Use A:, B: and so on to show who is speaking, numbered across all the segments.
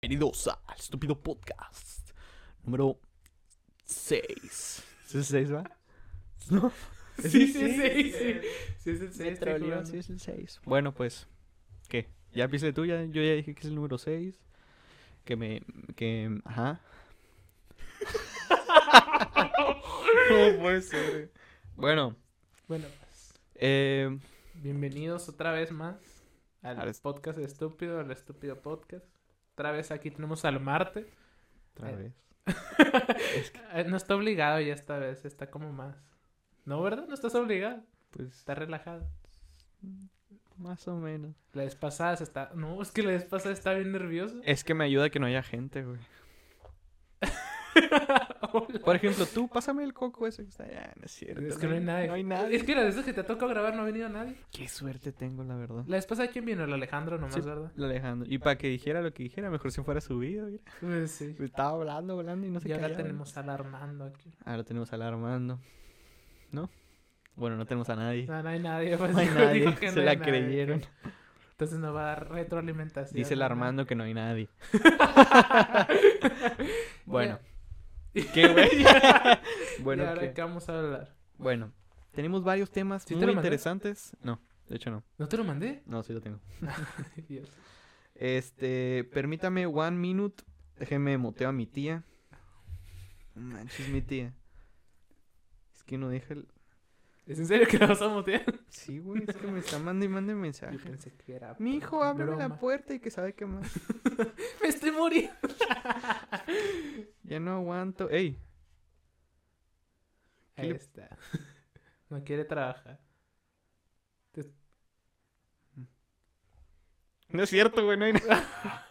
A: Bienvenidos al estúpido podcast número 6.
B: ¿Sí es el 6, va?
A: ¿No?
B: Sí, sí, sí, sí. Sí es el
A: Me
B: 6.
A: troleó, sí
B: es el 6. Bueno, pues, ¿qué? Ya viste tú, ya, yo ya dije que es el número 6. Que me, que, ajá.
A: No puede
B: Pues
A: ser.
B: Bueno,
C: Bueno,
B: eh,
C: bienvenidos otra vez más al
B: Al est-
C: podcast estúpido, al estúpido podcast. Otra vez aquí tenemos al Marte.
B: otra
C: Eh.
B: vez.
C: Eh, No está obligado ya esta vez, está como más. No, ¿verdad? No estás obligado.
B: Pues,
C: Está relajado.
B: más o menos.
C: La vez pasada se está... No, es que la vez pasada está bien nervioso.
B: Es que me ayuda que no haya gente, güey.
C: Hola.
B: Por ejemplo, tú, pásame el coco ese que está allá. No es cierto.
C: Es que no hay nadie.
B: No hay
C: Es
B: nadie.
C: que la vez que te tocó grabar no ha venido nadie.
B: Qué suerte tengo, la verdad.
C: La vez pasada, ¿quién vino? El Alejandro nomás,
B: Sí.
C: ¿verdad?
B: Alejandro. Y para que dijera lo que dijera, mejor si fuera subido, mira.
C: Pues sí.
B: Estaba hablando, hablando y no se
C: y ahora
B: callaba.
C: tenemos al Armando aquí.
B: Ahora tenemos al Armando. ¿No? Bueno, no tenemos a nadie.
C: No, no hay nadie. pues,
B: No hay
C: dijo-
B: nadie.
C: dijo que
B: Se
C: no
B: la
C: hay nadie.
B: creyeron.
C: Entonces nos va a dar retroalimentación.
B: Dice el
C: ¿no?
B: Armando que no hay nadie. Bueno.
C: Ya.
B: ¿Qué, güey?
C: Bueno,
B: bueno, ¿qué?
C: qué vamos a hablar?
B: bueno, tenemos varios temas
C: ¿Sí te
B: muy
C: lo mandé?
B: interesantes. No, de hecho no.
C: ¿No te lo mandé?
B: No, sí lo tengo.
C: Ay, Dios.
B: Este, permítame one minute. Déjeme muteo a mi tía. No Manches, mi tía. Es que no deja el...
C: ¿Es en serio que la vas a mutear?
B: Sí, güey, es que me está mandando y manda
C: Yo
B: mensajes.
C: pensé que era.
B: Mi hijo, ábreme la
C: broma.
B: puerta y que sabe qué más.
C: Me estoy muriendo.
B: Ya no aguanto. Ey, ¿Qué
C: Ahí
B: le-
C: está. No quiere trabajar.
B: No es cierto, güey, no hay nada.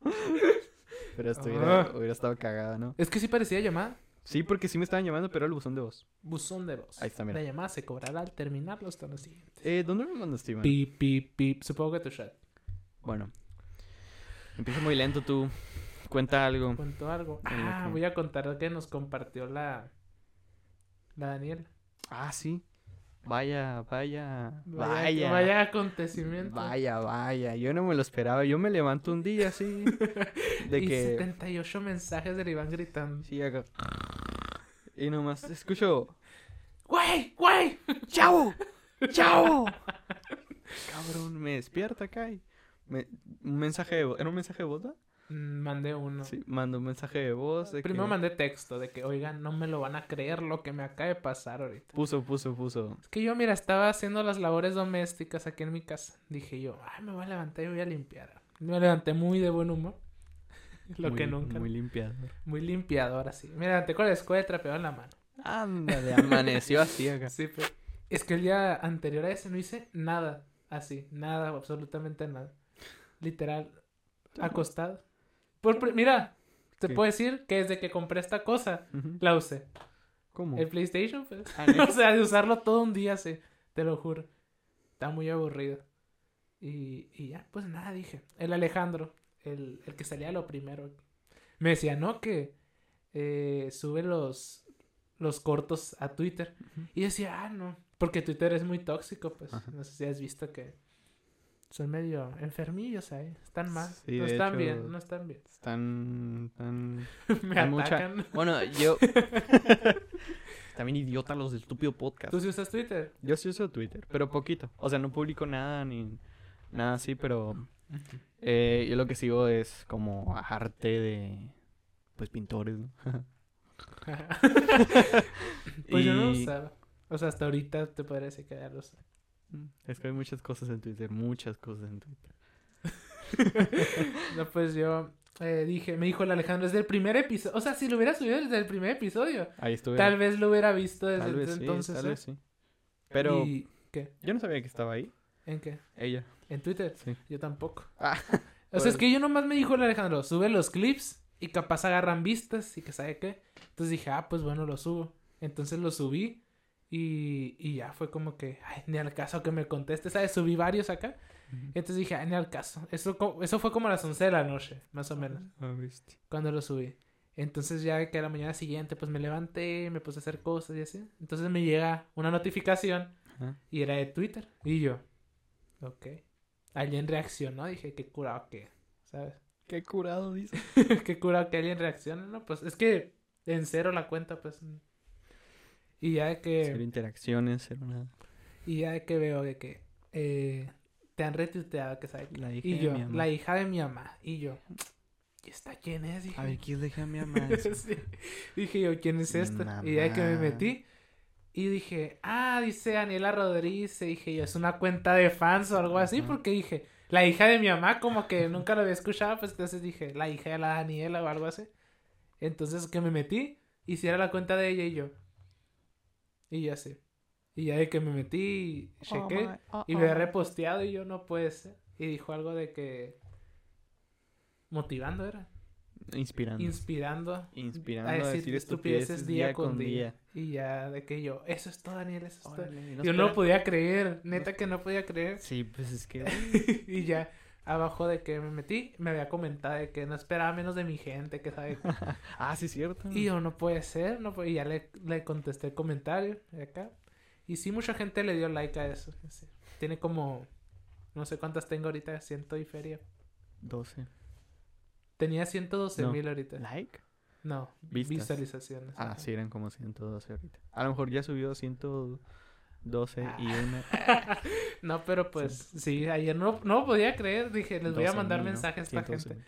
B: pero esto hubiera,
C: Ah.
B: hubiera estado cagada, ¿no?
C: Es que sí parecía llamada.
B: Sí, porque sí me estaban llamando, pero era el buzón de voz.
C: Buzón de voz.
B: Ahí está, mira.
C: La llamada se cobrará al terminarlo hasta lo siguiente.
B: Eh, ¿Dónde lo mandaste, Iván?
C: Pip, pip, pip. Supongo que tu chat
B: Bueno. Empieza muy lento tú. Cuenta algo.
C: contó algo.
B: Ay,
C: Ah,
B: ok.
C: voy a contar lo que nos compartió la. La Daniela.
B: Ah, sí. Vaya, vaya,
C: Vaya.
B: vaya.
C: Vaya acontecimiento.
B: Vaya, vaya. Yo no me lo esperaba. Yo me levanto un día así. De
C: y
B: que...
C: 78 mensajes del Iván gritando.
B: Sí, hago- Y nomás escucho...
C: ¡Güey! ¡Güey!
B: ¡Chao! ¡Chao! Cabrón, me despierta acá y me- un mensaje de voz. ¿Era un mensaje de voz? da?
C: Mm, Mandé uno.
B: Sí, mando un mensaje de voz. de
C: Primero
B: que-
C: mandé texto de que, oigan, no me lo van a creer lo que me acaba de pasar ahorita.
B: Puso, puso, puso.
C: Es que yo, mira, estaba haciendo las labores domésticas aquí en mi casa. Dije yo, ay, me voy a levantar y voy a limpiar. Me levanté muy de buen humor. lo
B: Muy-
C: que nunca.
B: Muy
C: Muy,
B: limpiado.
C: limpiador así. Me levanté con la escuela de trapeado en la mano.
B: Ándale, amaneció así acá.
C: Sí, pero... Es que el día anterior a ese no hice nada. Así, nada, absolutamente nada. Literal, acostado. Por pri- Mira, te
B: ¿Qué?
C: puedo decir que desde que compré esta cosa, la usé.
B: ¿Cómo?
C: El PlayStation, pues.
B: Ah, ¿neta?
C: o sea, de usarlo todo un día, sí. Te lo juro. Está muy aburrido. Y, y ya, pues nada, dije. El Alejandro, el, el que salía lo primero. Me decía, no, que eh, sube los, los cortos a Twitter. Y yo decía, ah, no. Porque Twitter es muy tóxico, pues.
B: Ajá.
C: No sé si has visto que son medio enfermillos ahí. Están mal.
B: Sí,
C: no
B: de
C: están
B: hecho,
C: bien, no están bien.
B: Están tan...
C: Me
B: hay mucha-
C: atacan.
B: Bueno, yo... También idiota los del estúpido podcast.
C: ¿Tú sí usas Twitter?
B: Yo sí uso Twitter, pero poquito. O sea, no publico nada ni nada así, pero eh, yo lo que sigo es como arte de pues pintores, ¿no?
C: Pues yo no lo
B: Y-
C: usaba. O sea, hasta ahorita te podría decir que ya lo usé.
B: Es que hay muchas cosas en Twitter, muchas cosas en Twitter.
C: No, pues yo eh, dije, me dijo el Alejandro, desde el primer episodio. O sea, si lo hubiera subido desde el primer episodio,
B: Ahí estuve.
C: tal vez lo hubiera visto desde
B: Pues, Tal vez sí,
C: entonces.
B: tal
C: ¿eh?
B: vez sí. Pero
C: ¿Y qué?
B: yo no sabía que estaba ahí.
C: ¿En qué?
B: Ella.
C: ¿En Twitter?
B: Sí.
C: Yo tampoco.
B: Ah,
C: o sea, es
B: bueno.
C: que yo nomás me dijo el Alejandro, sube los clips y capaz agarran vistas y que sabe qué. Entonces dije, ah, pues bueno, lo subo. Entonces lo subí y, y ya fue como que, ay, ni al caso que me conteste, ¿sabes? Subí varios acá. Entonces dije, "Ah, ay, ni al caso. Eso, co- eso fue como a las 11 de la noche, más o menos,
B: Ah, viste.
C: cuando lo subí. Entonces ya que a la mañana siguiente pues me levanté, me puse a hacer cosas y así. Entonces me llega una notificación
B: Ajá.
C: y era de Twitter. Y yo, ok. Alguien reaccionó, dije, qué curado que, ¿sabes?
B: Qué curado, dice.
C: qué curado que alguien reaccione, ¿no? Pues es que en cero la cuenta, pues. Y ya de que...
B: Cero interacciones, cero nada.
C: Y ya de que veo de que eh, te han retuiteado que sabe que-
B: La hija
C: Y
B: de
C: yo,
B: mi mamá.
C: la hija de mi mamá. Y yo, ¿y esta quién es? Dije,
B: A ver, ¿quién deja a mi mamá?
C: Sí. Dije yo, ¿quién es
B: Mi
C: esta? Y ya de que me
B: mamá.
C: metí. Y dije, ah, dice Daniela Rodríguez. Y dije yo, es una cuenta de fans o algo así.
B: Ajá.
C: Porque dije, la hija de mi mamá, como que nunca la había escuchado. Pues entonces dije, la hija de la Daniela o algo así. Entonces que me metí. Y si era la cuenta de ella y yo. Y ya sé. Y ya de que me metí, chequé.
B: Oh,
C: Y me había reposteado y yo no puede ser. Y dijo algo de que. Motivando era.
B: Inspirando.
C: Inspirando.
B: Inspirando
C: A decir,
B: estupideces
C: estupideces día con día. Y ya de que yo, eso es todo, Daniel, eso es todo.
B: Órale, y no
C: yo no
B: espera-
C: lo podía creer, neta que no podía creer.
B: Sí, pues es que.
C: y ya abajo de que me metí, me había comentado de que no esperaba menos de mi gente, que sabe.
B: ah, sí, cierto.
C: y yo, no puede ser, no puede- Y ya le, le contesté el comentario de acá. Y sí, mucha gente le dio like a eso. sí. Tiene como, no sé cuántas tengo ahorita, ciento y feria.
B: 12.
C: Tenía 112
B: No.
C: mil ahorita.
B: ¿Like?
C: No,
B: Vistas.
C: visualizaciones.
B: Ah,
C: ajá.
B: sí, eran como 112 ahorita. A lo mejor ya subió a 112
C: Ah,
B: y una.
C: No, pero pues sí, ayer no, no podía creer. Dije, les voy a mandar mensajes a esta gente.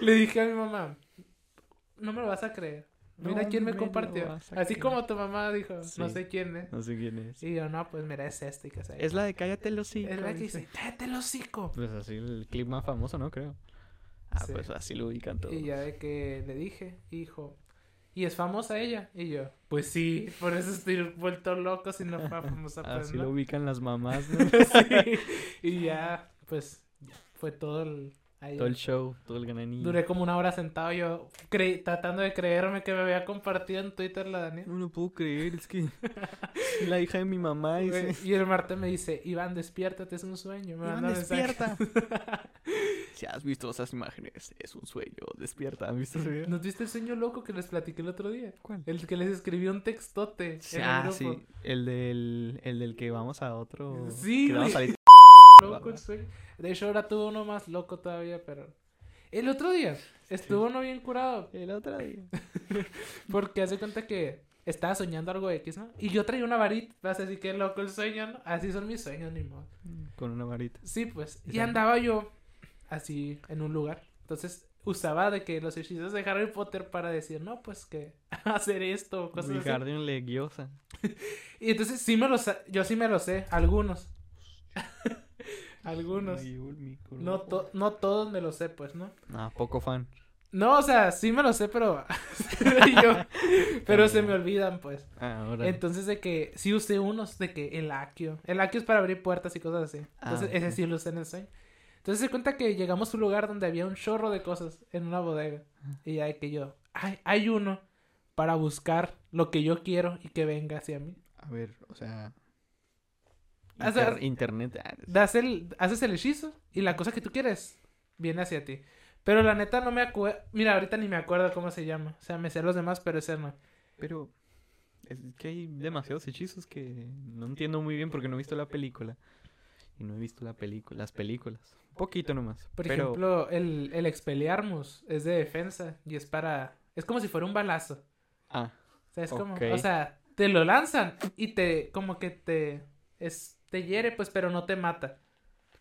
C: Le dije a mi mamá, no me lo vas a creer. Mira
B: No
C: quién
B: me
C: me
B: lo
C: compartió.
B: vas a
C: Así
B: creer.
C: como tu mamá dijo, no
B: Sí.
C: sé quién es.
B: No sé quién es.
C: Y yo, no, pues mira, es este. Que
B: Es la de Cállate los
C: Es
B: hijos.
C: la que dice, cállate el hocico.
B: Pues así el clip más famoso, ¿no? Creo. Ah,
C: Sí.
B: pues así lo ubican todos.
C: Y ya de que le dije, hijo, ¿y es famosa ella? Y yo, pues sí, por eso estoy vuelto loco si no fuera famosa. Pues,
B: así
C: ¿no?".
B: Ah, lo ubican las mamás, ¿no?
C: Sí. Y ya, pues, fue todo el... ahí
B: todo el show, todo el gran niño.
C: Duré como una hora sentado yo cre- tratando de creerme que me había compartido en Twitter la Daniela.
B: No lo puedo creer, es que la hija de mi mamá dice.
C: Güey, Y el Marte me dice, Iván, despiértate, es un sueño. Me manda mensaje.
A: Si has visto esas imágenes, es un sueño. Despierta.
B: ¿Han visto ese video?
C: ¿Nos viste el sueño loco que les platiqué el otro día?
B: ¿Cuál?
C: El que les escribió un textote. en el
B: ah,
C: grupo.
B: sí. El del, el del que vamos a otro.
C: Sí,
B: que vamos a
C: güey.
B: salir-
C: Loco el sueño. De hecho, ahora tuvo uno más loco todavía, pero... El otro día estuvo uno bien curado
B: El otro día.
C: porque hace cuenta que estaba soñando algo X, ¿no? Y yo traía una varita, vas a decir que loco el sueño, ¿no? Así son mis sueños, ni modo.
B: Con una varita.
C: Sí, pues. Y
B: Exacto.
C: andaba yo así en un lugar. Entonces usaba de que los hechizos de Harry Potter para decir, no, pues que hacer esto, cosas
B: Mi
C: así.
B: guardian legiosa.
C: Y entonces sí me los, sa- yo sí me los sé, algunos. algunos.
B: Me llevo el micro.
C: No, to- no todos me los sé, pues, ¿no?
B: Ah, poco fan.
C: No, o sea, sí me los sé, pero yo- pero se me
B: También.
C: olvidan, pues.
B: Ah, ahora.
C: Entonces de que sí usé unos de que el aquio. El aquio es para abrir puertas y cosas así.
B: Ah,
C: Entonces ese
B: ok.
C: sí lo usé en el sueño. Entonces se cuenta que llegamos a un lugar donde había un chorro de cosas en una bodega. Y ya de que yo, "Ay, hay uno para buscar lo que yo quiero y que venga hacia mí.
B: A ver, o sea.
C: O sea,
B: inter- internet. ah,
C: Das el, haces el hechizo y la cosa que tú quieres viene hacia ti. Pero la neta no me acuerdo, mira, ahorita ni me acuerdo cómo se llama. O sea, me sé los demás, pero ese no.
B: Pero. Es que hay demasiados hechizos que no entiendo muy bien porque no he visto la película. Y no he visto la película, las películas. Un poquito nomás.
C: Por
B: pero
C: ejemplo, el, el Expelliarmus es de defensa y es para... Es como si fuera un balazo.
B: Ah,
C: O sea, es como,
B: Ok.
C: o sea, te lo lanzan y te, como que te, es, te hiere, pues, pero no te mata.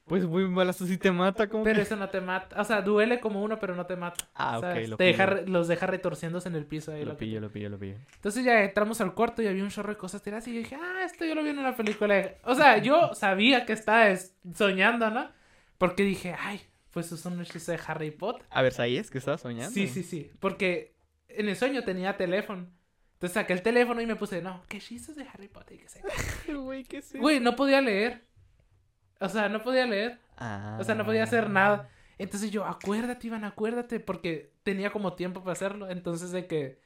B: pues muy balazo si te mata, como.
C: Pero eso no te mata, o sea, duele como uno, pero no te mata.
B: Ah, ok,
C: ¿sabes?
B: lo
C: te deja,
B: pillo.
C: re- los deja retorciéndose en el piso ahí.
B: Lo
C: lo que-
B: pillo, lo pillo, lo pillo.
C: Entonces ya entramos al cuarto y había un chorro de cosas tiradas y yo dije, ah, esto yo lo vi en una película. O sea, yo sabía que estaba es- soñando, ¿no? Porque dije, ay, pues eso es un hechizo de Harry Potter.
B: A ver, ¿sabías que estaba soñando?
C: Sí, sí, sí. Porque en el sueño tenía teléfono. Entonces saqué el teléfono y me puse, no, ¿qué hechizos de Harry Potter? Y que se
B: Güey, ¿qué es
C: Güey, no podía leer. O sea, no podía leer.
B: Ah.
C: O sea, no podía hacer nada. Entonces yo, acuérdate, Iván, acuérdate, porque tenía como tiempo para hacerlo. Entonces de que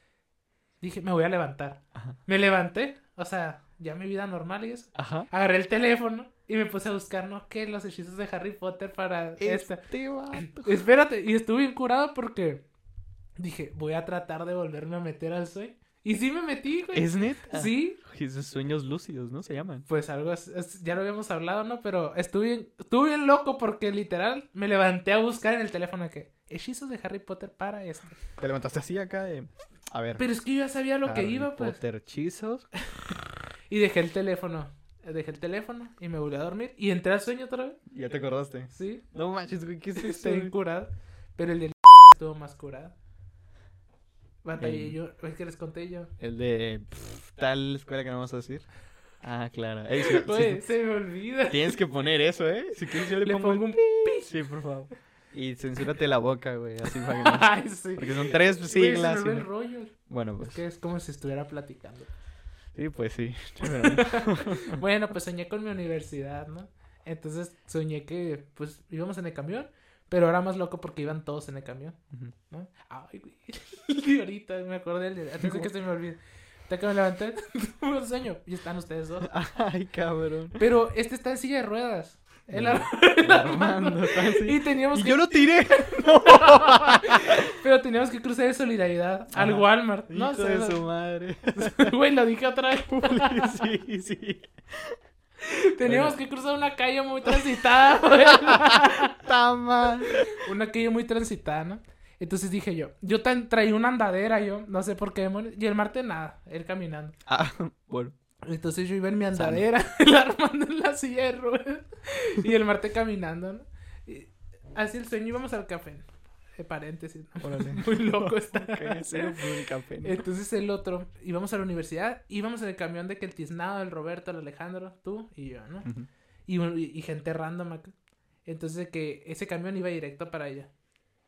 C: dije, me voy a levantar.
B: Ajá.
C: Me levanté, o sea, ya mi vida normal y eso.
B: Ajá.
C: Agarré el teléfono y me puse a buscar, no, que los hechizos de Harry Potter para esta.
B: Este vato.
C: Espérate, y estuve bien curado porque Dije, voy a tratar de volverme a meter al sueño. Y sí me metí, güey.
B: ¿Es neta?
C: Sí,
B: Uy, Esos sueños lúcidos, ¿no? Se llaman.
C: pues algo, as- as- ya lo habíamos hablado, ¿no? Pero estuve bien, estuve bien loco porque literal me levanté a buscar en el teléfono de que hechizos de Harry Potter para esto.
B: Te levantaste así acá de... A ver.
C: Pero es que yo ya sabía lo que
B: Harry
C: iba, pues.
B: Potter, hechizos.
C: Y dejé el teléfono. eh, Dejé el teléfono y me volví a dormir. Y entré al sueño otra vez.
B: Ya te acordaste.
C: Sí,
B: No manches, güey, ¿qué es esto?
C: estoy bien curado. Pero el del estuvo más curado. Batallé
B: El-
C: yo, es que les conté yo.
B: El de pff, tal escuela que no vamos a decir. Ah, claro. Ey, si- si-
C: Güey, se me olvida.
B: tienes que poner eso, ¿eh? Si quieres yo le,
C: Le
B: pongo, el
C: pongo un
B: pi. Sí, por favor. Y censúrate la boca, güey, así para que no-
C: Ay, sí.
B: Porque son tres
C: Güey, se me
B: siglas.
C: olvidó
B: y
C: el
B: no-
C: rollo.
B: Bueno,
C: Es
B: pues.
C: que es como si estuviera platicando.
B: Sí, pues sí.
C: Bueno, pues soñé con mi universidad, ¿no? Entonces soñé que, pues, íbamos en el camión, pero era más loco porque iban todos en el camión,
B: Ujú.
C: ¿no? Ay, güey. Y ahorita me acordé, del- antes de que se me olvide. Hasta que me levanté, tuve un sueño. Y están ustedes dos.
B: Ay, cabrón.
C: Pero este está en silla de ruedas. El
B: No.
C: ar- el
B: Armando,
C: Armando.
B: está así.
C: Y teníamos
B: Y
C: que...
B: yo lo tiré.
C: Pero teníamos que cruzar de solidaridad al
B: Ajá.
C: Walmart. No
B: No Hijo de su
C: sé.
B: madre.
C: Güey, lo dije otra vez.
B: sí, sí.
C: Teníamos
B: Bueno.
C: que cruzar una calle muy transitada, güey.
B: Está mal.
C: Una calle muy transitada, ¿no? Entonces dije yo, yo tan, traí una andadera yo, no sé por qué demonios, y el Marte nada, él caminando.
B: Ah, bueno.
C: Entonces yo iba en mi andadera, el Armando en la silla de ruedas, y el Marte caminando, ¿no? Y así el sueño íbamos al café, de paréntesis, ¿no?
B: Órale.
C: Muy loco está.
B: Ok, cero por un café, ¿no?
C: Entonces el otro, íbamos a la universidad, íbamos en el camión de que el tiznado, el Roberto, el Alejandro, tú y yo, ¿no?
B: Ujú.
C: Y, un- y- y gente random acá. Entonces de que ese camión iba directo para allá.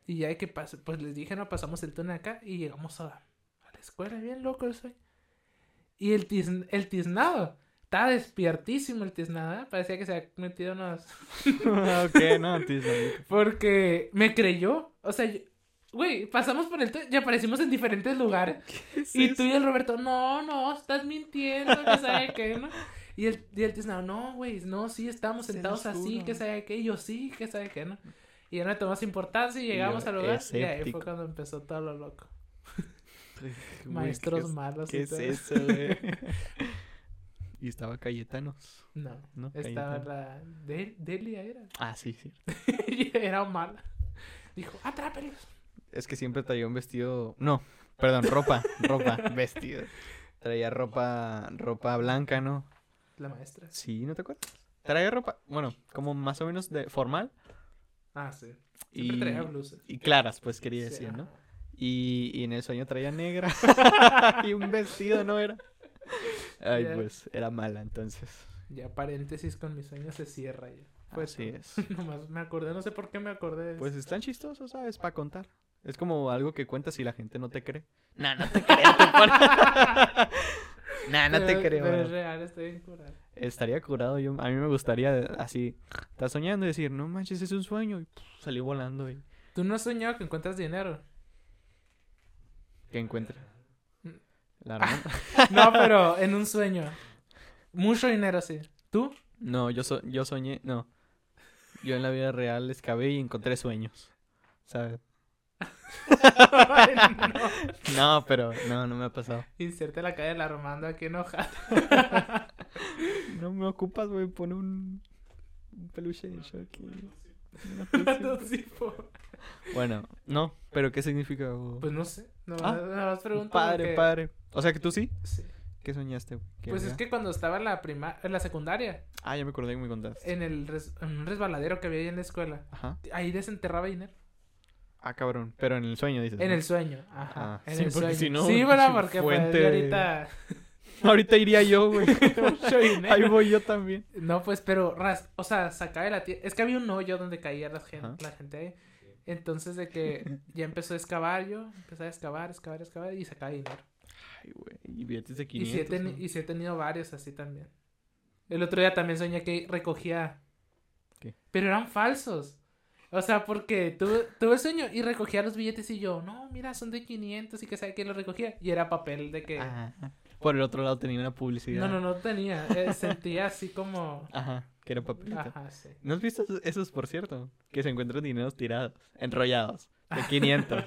C: Y ya de que pasó, pues les dije, no, pasamos el túnel acá y llegamos a, a la escuela, bien loco yo soy. Y el, tiz- el tiznado, estaba despiertísimo el tiznado, ¿eh? parecía que se había metido unos...
B: Ah, ok, no, tío, solito.
C: Porque me creyó, o sea, yo- güey, pasamos por el túnel y aparecimos en diferentes lugares. Y tú y el Roberto, no, no, estás mintiendo, que sabe qué, ¿no? Y el, y el tiznado, no, güey, no, sí, estábamos
B: Se
C: sentados
B: los
C: así,
B: juro.
C: que sabe qué, y yo sí, que sabe qué, ¿no? Y ya no le tomamos importancia y
B: yo,
C: llegamos al lugar y ahí
B: escéptico.
C: fue cuando empezó todo lo loco.
B: Güey,
C: Maestros
B: ¿qué,
C: malos.
B: ¿Qué
C: y
B: es
C: todo.
B: eso, güey? y estaba Cayetanos,
C: No,
B: ¿no?
C: estaba
B: Cayetano.
C: la... Del- Delia era.
B: Ah, sí, sí.
C: Y era mal. Dijo, atrápelos.
B: Es que siempre traía un vestido... No, perdón, ropa, ropa, vestido. Traía ropa, ropa blanca, ¿no?
C: La maestra.
B: Sí, ¿no te acuerdas? Traía ropa, bueno, como más o menos de formal
C: Ah, sí. Siempre
B: y,
C: traía blusa.
B: y claras, pues quería
C: Sí,
B: decir, ¿no?
C: ajá.
B: Y, y en el sueño traía negra y un vestido, ¿no era? Ay,
C: Ya.
B: pues, era mala, entonces.
C: Ya paréntesis con mis sueños se cierra ya. Pues
B: Así es.
C: Nomás me acordé, no sé por qué me acordé de eso.
B: Pues están chistosos, ¿sabes? Para contar. Es como algo que cuentas y la gente no te cree. No, no te creo. Te no, no te
C: Pero-
B: creo.
C: Pero es
B: bro.
C: real, estoy bien curado.
B: Estaría curado. Yo, a mí me gustaría de- así. Estás soñando y decir, no manches, es un sueño. Y puf, salí volando y
C: ¿Tú no has soñado que encuentras dinero?
B: que encuentre.
C: Mm.
B: La arma-
C: No, pero en un sueño. Mucho dinero, sí. ¿Tú?
B: No, yo, so- yo soñé. No. Yo en la vida real excavé y encontré sueños. ¿Sabes?
C: Ay, no.
B: No, pero no, no me ha pasado.
C: Inserte la calle del Armando aquí enojado.
B: No me ocupas, güey. Pone un, un peluche de Sharky. Una pizza.
C: No, sí, po.
B: Bueno, no, pero ¿qué significa? güey?
C: pues no sé. No,
B: Ah,
C: nada más pregunto.
B: padre,
C: porque-
B: padre. O sea que tú sí.
C: Sí.
B: ¿Qué soñaste? güey? ¿Qué
C: Pues es
B: había?
C: que cuando estaba en la, prima... en la secundaria,
B: Ah, ya me acordé que me contaste.
C: en, el res- en un resbaladero que había ahí en la escuela,
B: Ajá.
C: ahí desenterraba dinero.
B: Ah, cabrón. Pero en el sueño, dices.
C: En
B: ¿no?
C: el sueño. Ajá.
B: Ah,
C: en
B: sí,
C: el
B: porque
C: sueño.
B: si no,
C: sí,
B: un
C: bueno,
B: pinche
C: porque pues, yo
B: fuente-
C: ahorita.
B: Ahorita iría yo, güey.
C: mucho dinero.
B: Ahí voy yo también.
C: No, pues, pero, ras- o sea, sacaba de la tierra. Es que había un hoyo donde caía la
B: Ajá.
C: gente, la gente ahí. Entonces, de que ya empezó a excavar yo, empecé a excavar, excavar, excavar y sacaba dinero.
B: Ay, güey. Y billetes de
C: Y
B: 500.
C: sí, he teni-
B: ¿no?
C: y sí he tenido varios así también. El otro día también soñé que recogía.
B: ¿Qué?
C: Pero eran falsos. O sea, porque tuve, tuve sueño y recogía los billetes y yo, no, mira, son de 500 y que sabe que los recogía. Y era papel de que.
B: Ajá. Ah. Por el otro lado tenía una publicidad.
C: no, no, no tenía. eh, sentía así como.
B: Ajá. Que era papelito.
C: Ajá, sí.
B: ¿No has visto esos, esos, por cierto? Que se encuentran dineros tirados, enrollados. de 500.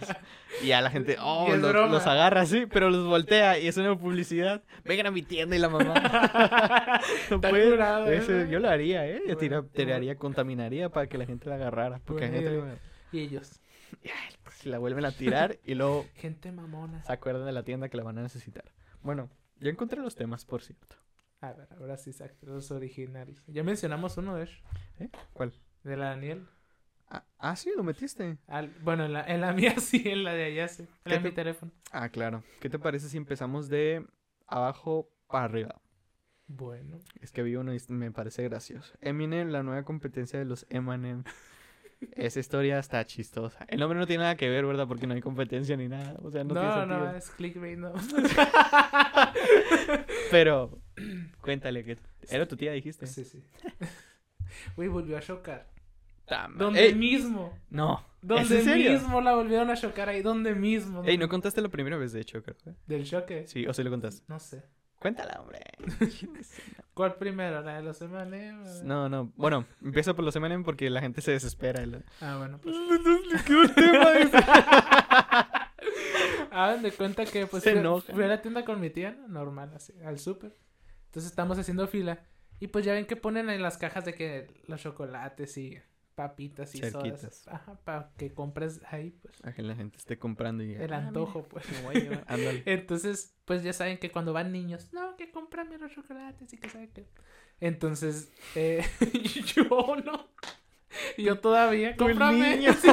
B: y a la gente, oh,
C: es
B: lo-
C: broma.
B: los agarra así, pero los voltea y es una publicidad. Vengan a mi tienda y la mamá. no
C: Está
B: puede.
C: curado, ¿eh?
B: Ese- yo lo haría, ¿eh? Yo
C: Bueno,
B: tira-
C: bueno.
B: tiraría, contaminaría para que la gente la agarrara. Porque la
C: Buena
B: gente
C: idea. Y ellos,
B: si la vuelven a tirar y luego
C: gente mamona.
B: se acuerdan de la tienda que la van a necesitar. Bueno, yo encontré los temas, por cierto.
C: A ver, ahora sí, saca los originales. Ya mencionamos uno de ellos,
B: ¿Eh? ¿Cuál?
C: de la Daniel.
B: Ah, ah, sí, lo metiste.
C: Al- bueno, en la, en la mía sí, en la de allá sí. En la
B: ¿Qué
C: de mi
B: te-
C: teléfono.
B: Ah, claro. ¿Qué te parece si empezamos de abajo para arriba?
C: Bueno.
B: Es que vi uno y me parece gracioso. Eminem, la nueva competencia de los Eminem. Esa historia está chistosa. El nombre no tiene nada que ver, ¿verdad? Porque no hay competencia ni nada. O sea, no, tiene
C: No, eh. no,
B: sentido.
C: es clickbait, no.
B: Pero cuéntale que era tu tía, dijiste.
C: sí, sí. Güey, volvió a chocar.
B: Tama-
C: Donde
B: Ey,
C: mismo.
B: No.
C: Donde
B: en serio?
C: mismo la volvieron a chocar ahí. Donde mismo.
B: Ey, no
C: donde-
B: contaste la primera vez, de hecho, creo. ¿eh?
C: Del choque.
B: Sí, o sí lo contaste.
C: No sé.
B: Cuéntala, hombre.
C: ¿Cuál primero? ¿La de los semanas?
B: No, no. Bueno, empiezo por los Eminem porque la gente se desespera. y lo-
C: Ah, bueno, pues. Hagan de cuenta que pues
B: Se
C: fui-
B: enojan.
C: fui a la tienda con mi tía, ¿no? normal, así, al súper. Entonces estamos haciendo fila. Y pues ya ven que ponen en las cajas de que los chocolates y papitas y sodas.
B: Cerquitas.
C: Ajá, para que compres ahí, pues.
B: A que la gente esté comprando y diga,
C: El
B: "Ah, mira,
C: antojo, pues.
B: me voy a llevar". Ándale.
C: Entonces, pues ya saben que cuando van niños, no, que cómprame los chocolates y que sabe qué. Entonces, eh, yo no. Yo todavía,
B: Tú el
C: cómprame.
B: niño.
C: sí.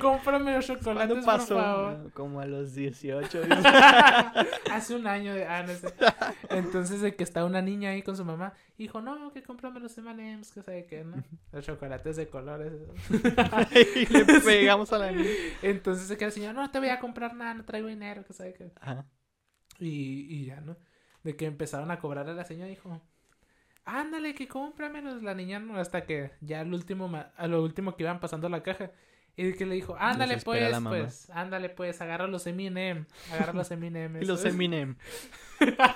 C: cómprame los chocolates,
B: ¿Cuándo
C: por
B: pasó?
C: favor.
B: No, Como a los 18.
C: Hace un año de. Ah, no sé. Entonces, de que está una niña ahí con su mamá, hijo, no, que cómprame los MMs, que sabe qué, ¿no? Los chocolates de colores.
B: y le pegamos a la niña.
C: Entonces, de que el señor, no te voy a comprar nada, no traigo dinero, que sabe qué.
B: Ajá.
C: Y, y ya, ¿no? De que empezaron a cobrar a la señora, dijo, ándale, que cómpramelos, la niña, ¿no? Hasta que ya al último, ma- a lo último que iban pasando la caja. Y que le dijo, ándale
B: Desespera
C: pues,
B: la mamá.
C: pues, ándale pues, agarra los Eminem, agarra los Eminem.
B: Y los
C: esos".
B: Eminem.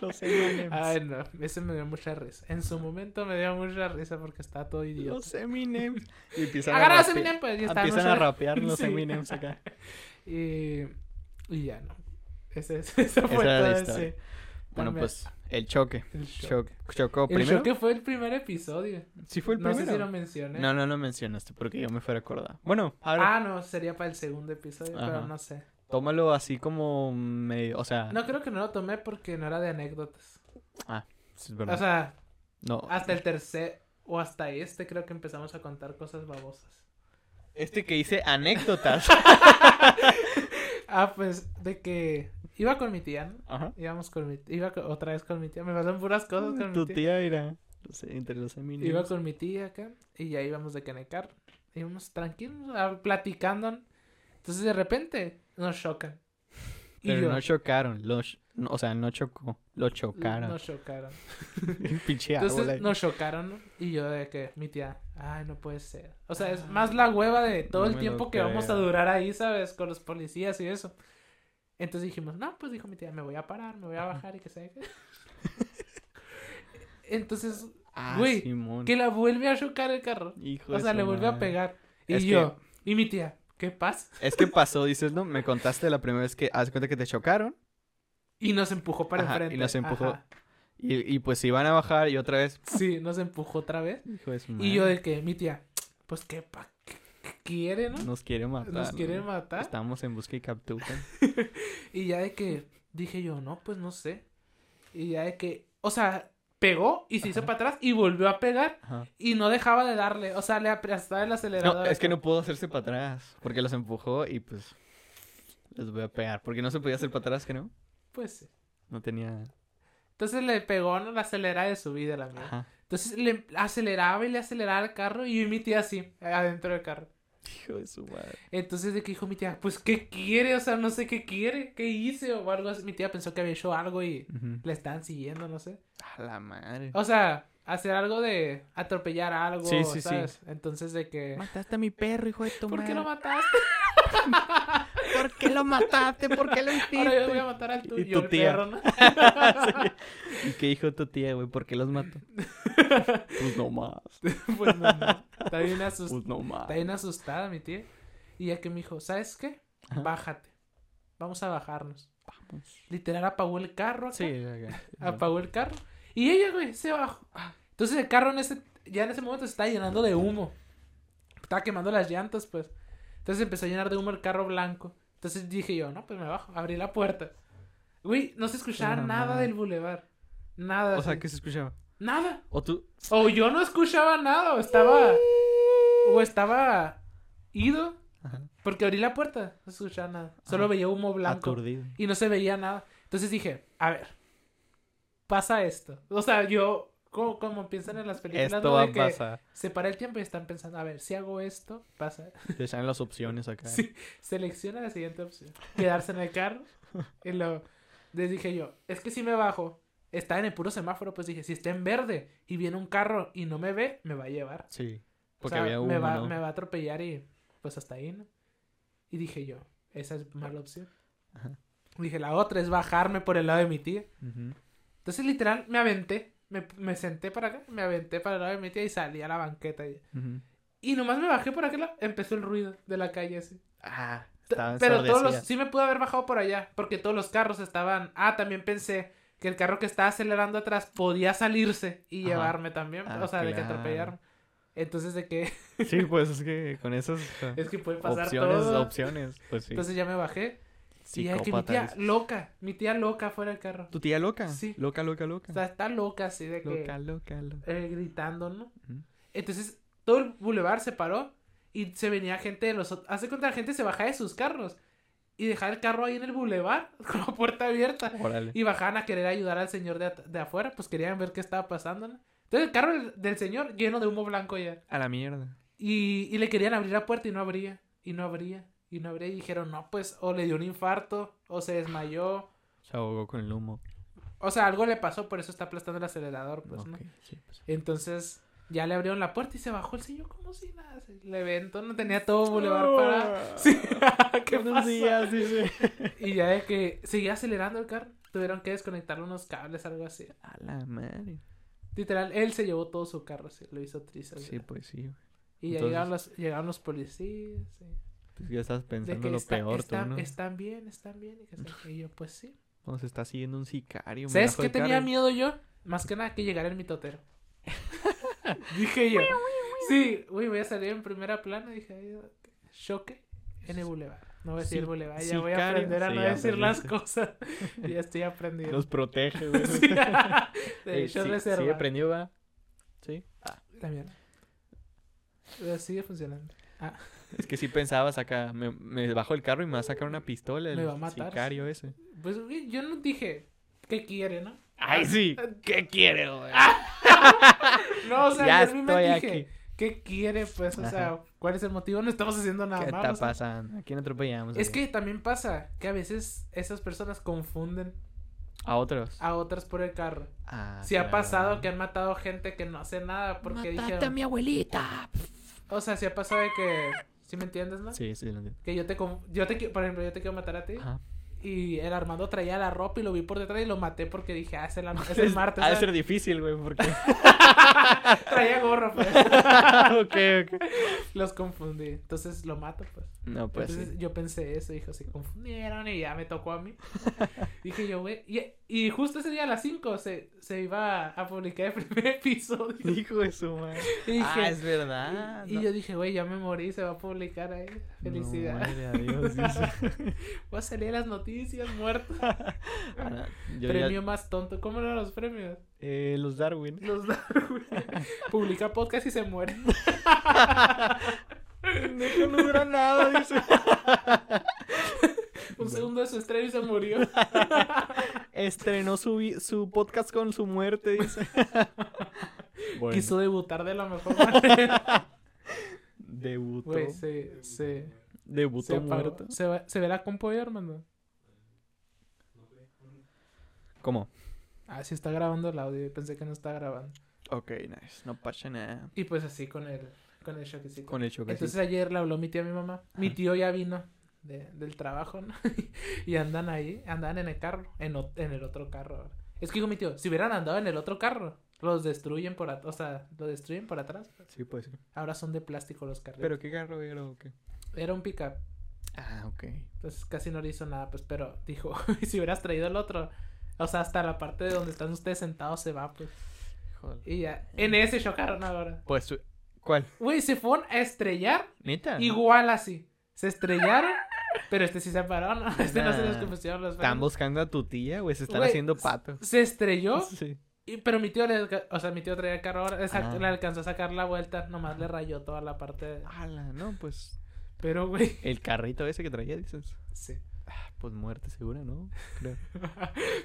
B: Los Eminem.
C: Ay, no, ese me dio mucha risa. En su momento me dio mucha risa porque está todo idiota.
B: Los Eminem. Y empiezan
C: Agarra
B: a
C: los
B: rapear.
C: Eminem, pues, y está
B: Empiezan
C: mucha
B: a
C: risa.
B: rapear los
C: Sí.
B: Eminem acá.
C: Y, y ya, no. Ese, ese- esa fue
B: era la
C: toda,
B: historia.
C: sí.
B: Bueno,
C: Dame
B: pues el choque.
C: el shock.
B: Choc- chocó
C: El
B: primero.
C: choque fue el primer episodio.
B: Sí fue el
C: no
B: primero.
C: sé si lo mencioné.
B: No, no lo mencionaste porque yo me fuera acordado. Bueno, ahora
C: Ah, no, sería para el segundo episodio, pero
B: Ajá. Ah.
C: no sé.
B: tómalo así como medio, o sea,
C: No creo que no lo tomé porque no era de anécdotas.
B: es verdad.
C: O sea, ah,
B: no.
C: hasta el tercer o hasta este creo que empezamos a contar cosas babosas.
B: Este que dice anécdotas.
C: Ah, pues de que iba con mi tía, ¿no?
B: Ajá. Mm,
C: Íbamos con mi iba co- otra vez con mi tía, me pasan puras cosas con
B: Tu
C: mi tía.
B: tía era los- entre los Eminem.
C: Iba con mi tía acá y ya íbamos de que en el carro. Íbamos tranquilos, ah, platicando. Entonces de repente nos chocan. Y
B: Pero
C: yo,
B: no chocaron, los, no, o sea, no chocó, lo chocaron.
C: Nos chocaron.
B: Pinche árbol ahí.
C: Entonces nos chocaron ¿no? y yo de que mi tía, ay, no puede ser. O sea, es más la hueva de todo
B: No
C: el
B: me
C: tiempo
B: lo
C: que vamos a
B: creo.
C: durar ahí, ¿sabes? Con los policías y eso. Entonces dijimos, no, pues dijo mi tía, me voy a parar, me voy a bajar y que sabe qué. Entonces,
B: Ah,
C: güey,
B: Simón.
C: que la vuelve a chocar el carro.
B: Hijo
C: O
B: de
C: sea,
B: su
C: le vuelve a
B: madre.
C: pegar. Y
B: Pues Es que-
C: yo, y mi tía, ¿qué pasa?
B: Es que pasó, dices, ¿no? Me contaste la primera vez que, haz de cuenta que te chocaron
C: Y nos empujó para
B: Ajá, y
C: enfrente.
B: nos empujó.
C: Ajá.
B: y, y pues iban a bajar y otra vez.
C: Sí, nos empujó otra vez.
B: Hijo de su
C: Y yo
B: madre,
C: de que, mi tía, pues qué pa qué- qué quiere, ¿no?
B: Nos quiere matar.
C: Nos quiere
B: ¿no?
C: matar.
B: Estamos en busca y captura.
C: Y ya de que dije yo, no, pues no sé. Y ya de que, o sea, pegó y se hizo para atrás y volvió a pegar
B: Ajá.
C: y no dejaba de darle. O sea, le aplastaba el
B: No,
C: acelerador.
B: es que no pudo hacerse para atrás. Porque los empujó y pues. Les voy a pegar. Porque no se podía hacer para atrás, que no.
C: Pues sí.
B: No tenía.
C: Entonces le pegó, ¿no? La acelerada de su vida, la mía.
B: Ajá.
C: Entonces le aceleraba y le aceleraba el carro y mi tía así, adentro del carro.
B: Hijo de su madre.
C: Entonces de que dijo mi tía, pues ¿qué quiere? O sea, no sé qué quiere, qué hice o algo así. Mi tía pensó que había hecho algo y
B: Ujú.
C: le estaban siguiendo, no sé.
B: A la madre.
C: O sea, hacer algo de atropellar algo,
B: Sí, sí, sí.
C: ¿sabes? Entonces de que...
B: Mataste a mi perro, hijo de tu
C: ¿Por qué lo
B: madre.
C: mataste?
B: ¿Por qué lo mataste? ¿Por qué lo
C: Ahora yo voy a
B: hiciste?
C: matar al tuyo.
B: Y tu
C: el
B: tía.
C: perro, ¿no?
B: ¿Y qué dijo tu tía, güey? ¿Por qué los mató? pues no más.
C: pues no, no. Está bien, asus-
B: Pues no más.
C: está bien asustada mi tía. Y ya que me dijo, ¿sabes qué?
B: Ajá.
C: Bájate. Vamos a bajarnos.
B: Vamos.
C: Literal apagó el carro acá.
B: Sí, acá.
C: Apagó el carro. Y ella, güey, se bajó. Entonces el carro en ese, ya en ese momento se estaba llenando de humo. Estaba quemando las llantas, pues. Entonces empezó a llenar de humo el carro blanco. Entonces dije yo, no, pues me bajo. Abrí la puerta. Güey, no se escuchaba
B: Ah,
C: nada
B: madre.
C: del bulevar. Nada.
B: O sea,
C: así.
B: ¿qué se escuchaba?
C: Nada.
B: O tú.
C: O yo no escuchaba nada. O estaba... O estaba... Ido.
B: Ajá.
C: Porque abrí la puerta. No se escuchaba nada. Solo
B: Ajá.
C: veía humo blanco
B: Aturdido.
C: y no se veía nada. Entonces dije, a ver, pasa esto. O sea, yo, como, como piensan en las películas,
B: Esto
C: ¿no?
B: va
C: de
B: a
C: que
B: pasar.
C: se para el tiempo y están pensando, a ver, si hago esto, pasa.
B: Te salen las opciones acá.
C: Sí, selecciona la siguiente opción. Quedarse en el carro. Y luego, les dije yo, es que si me bajo, está en el puro semáforo, pues dije, si está en verde y viene un carro y no me ve, me va a llevar.
B: Sí.
C: O
B: Porque
C: sea,
B: había uno.
C: me, va,
B: ¿no?
C: me va a atropellar y pues hasta ahí, ¿no? Y dije yo, esa es mala opción.
B: Ajá.
C: Dije, la otra es bajarme por el lado de mi tía.
B: Ujú.
C: Entonces, literal, me aventé. Me, me senté para acá, me aventé para el lado de mi tía y salí a la banqueta. Y,
B: Ujú.
C: y nomás me bajé por aquel lado, empezó el ruido de la calle así.
B: Ah,
C: T-
B: estaban
C: Pero todos los...
B: sordecías.
C: Sí me pude haber bajado por allá, porque todos los carros estaban... Ah, también pensé que el carro que estaba acelerando atrás podía salirse y
B: Ajá.
C: llevarme también.
B: Ah,
C: o sea, de que
B: claro.
C: atropellarme. Entonces, de que...
B: Sí, pues es que con esas eh,
C: es que puede pasar
B: opciones,
C: todo.
B: opciones. Pues sí.
C: Entonces ya me bajé. Y ya que mi
B: Psicópata,
C: tía
B: dices.
C: loca, mi tía loca fuera del carro.
B: ¿Tu tía loca?
C: Sí.
B: Loca, loca,
C: O
B: loca.
C: sea, está loca así de que...
B: Loca, loca, loca.
C: eh, gritando, ¿no?
B: Ujú.
C: Entonces, todo el bulevar se paró y se venía gente de los... ot- Hace cuenta la gente se bajaba de sus carros y dejaba el carro ahí en el bulevar con la puerta abierta.
B: Órale.
C: Y bajaban a querer ayudar al señor de, at- de afuera, pues querían ver qué estaba pasando, ¿no? Entonces el carro del, del señor lleno de humo blanco ya.
B: A la mierda.
C: Y, y le querían abrir la puerta y no abría, y no abría, y no abría. Y dijeron, no, pues, o le dio un infarto, o se desmayó,
B: Se ahogó con el humo.
C: o sea, algo le pasó, por eso está aplastando el acelerador, pues, ¿no?
B: Ok, sí, pues.
C: Entonces ya le abrieron la puerta y se bajó el señor como si nada. se- El evento no tenía todo bulevar para. Sí, ¿qué
B: Ah. Buenos
C: pasó?
B: días, dice.
C: Y ya de que seguía acelerando el carro, tuvieron que desconectarle unos cables, algo así.
B: A la madre.
C: Literal, él se llevó todo su carro, así, lo hizo triste.
B: Sí, pues sí. güey.
C: y ya
B: entonces-
C: llegaron, los, llegaron los policías. sí,
B: Pues ya estás
C: De
B: pensando
C: que
B: lo
C: está-
B: peor,
C: está-
B: tú, ¿no?
C: están bien, están bien. Y, que se- y yo, pues sí.
B: Nos está siguiendo un sicario. me
C: ¿Sabes
B: bajó
C: qué
B: del carro
C: tenía
B: y-
C: miedo yo? Más que nada que llegara el mitotero. dije yo. sí, uy, voy a salir en primera plana. Dije, ay, choque en el bulevar. No voy a decir
B: Sí,
C: bulevar, ya
B: sicario.
C: voy a aprender a
B: Sí,
C: no
B: ya
C: decir las
B: aprendiste.
C: cosas. ya estoy aprendiendo.
B: Nos protege, güey.
C: Sí, de
B: Eh,
C: hecho,
B: sí,
C: reserva.
B: sí, aprendió, va. Sí.
C: La mierda. Pero sigue funcionando.
B: Es que sí pensabas acá. Me, me bajo el carro y me va a sacar una pistola. El
C: Me va a matar.
B: sicario ese.
C: Pues güey, yo no dije qué quiere, ¿no?
B: ¡Ay, sí! ¿Qué quiere, güey?
C: No, o sea,
B: ya
C: yo
B: estoy
C: en mi mente
B: aquí.
C: dije, ¿qué quiere? Pues, o
B: Ajá.
C: sea, ¿cuál es el motivo? No estamos haciendo nada
B: ¿Qué
C: malo.
B: está
C: o sea,
B: pasando? ¿A quién atropellamos?
C: Es
B: aquí?
C: que también pasa que a veces esas personas confunden
B: A otros.
C: a otras por el carro.
B: Ah,
C: Si ha
B: claro.
C: pasado que han matado gente que no hace nada porque dijeron...
A: mi abuelita.
C: O sea, si ha pasado de que... ¿Sí me entiendes, no?
B: Sí, sí, lo entiendo.
C: Que yo te... con- Yo te... qui- Por ejemplo, yo te quiero matar a ti.
B: Ajá.
C: Y el Armando traía la ropa y lo vi por detrás y lo maté porque dije, ah, es el, Arm- es el martes.
B: Ha de
C: ¿sabes?
B: ser difícil, güey, porque.
C: Traía gorro, pues.
B: ok, ok.
C: Los confundí. Entonces lo mato, pues.
B: No, pues.
C: Entonces
B: sí.
C: yo pensé eso, dijo, se confundieron y ya me tocó a mí. Dije yo, güey. Y, y justo ese día a las 5 se, se iba a, a publicar el primer episodio.
B: Hijo de su madre.
C: Y, dije,
B: Ah, es verdad.
C: y
B: no.
C: yo dije, güey, ya me morí, se va a publicar ahí.
B: No,
C: Felicidad.
B: madre, adiós, dice.
C: Voy a salir a las noticias, muerto.
B: Ahora, yo ya-
C: Premio más tonto. ¿Cómo eran los premios?
B: eh, los Darwin.
C: Los da, güey. Publica podcast y se muere.
B: Pendejo, no dura nada, dice.
C: Un segundo de su estreno y se murió.
B: Estrenó su, vi- su podcast con su muerte, dice. Bueno,
C: Quiso debutar de la mejor manera.
B: debutó.
C: Güey, se, se, se,
B: Debutó
C: apagó.
B: muerto.
C: se, ve- se ve la compu ahí, Armando.
B: ¿Cómo?
C: Ah, sí está grabando el audio. Pensé que no está grabando.
A: Ok, nice. No pasa nada.
C: Y pues así con el, con el choquecito.
B: Con el choque.
C: Entonces ayer le habló mi tía a mi mamá. Mi tío ya vino de- del trabajo, ¿no? y andan ahí, andan en el carro, en, ot- en el otro carro. ahora. Es que dijo mi tío, si hubieran andado en el otro carro, los destruyen por atrás, o sea, lo destruyen por atrás.
B: Sí, pues sí.
C: Ahora son de plástico los carritos.
B: ¿Pero qué carro era o qué?
C: era un pickup.
B: Ah, ok.
C: Entonces casi no le hizo nada, pues, pero dijo, "Y si hubieras traído el otro, o sea, hasta la parte de donde están ustedes sentados se va, pues.
B: Joder.
C: Y ya, en ese chocaron ahora.
B: Pues, tú- ¿cuál?
C: Güey, se fueron a estrellar
B: ¿Neta?
C: igual así. Se estrellaron, pero este sí se paró, ¿no? Este no se les
B: Nah.
C: pusieron los
B: Están
C: frenos.
B: buscando a tu tía, güey. Se están
C: Güey,
B: haciendo
C: s-
B: patos.
C: Se estrelló,
B: Sí.
C: y- pero mi tío le, alca- o sea, mi tío traía el carro ahora, le sac-
B: Ah.
C: le alcanzó a sacar la vuelta, nomás le rayó toda la parte. de-
B: Ala, no, pues.
C: Pero, güey,
B: El carrito ese que traía, dices.
C: sí.
B: Ah, Pues muerte segura, ¿no? Creo.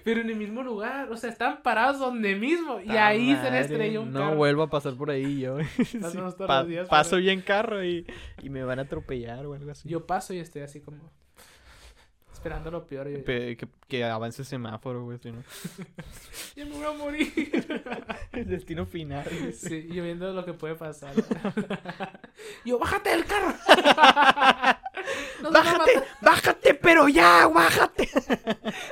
C: Pero en el mismo lugar, o sea, están parados donde mismo, y
B: Ta
C: ahí se le
B: madre,
C: estrelló un
B: No
C: carro.
B: vuelvo a pasar por ahí yo. Sí,
C: Pasamos todos
B: pa-
C: los días por
B: paso
C: ahí.
B: yo en carro y, y me van a atropellar o algo así.
C: Yo paso y estoy así como esperando lo peor. y yo,
B: Pe- que, que avance el semáforo, güey. si no.
C: ya me voy a morir.
B: El destino final. güey.
C: Sí, yo viendo lo que puede pasar. yo, bájate del carro. Nos van a
B: ¡Bájate!
C: matar,
B: ¡Bájate, pero ya! ¡Bájate!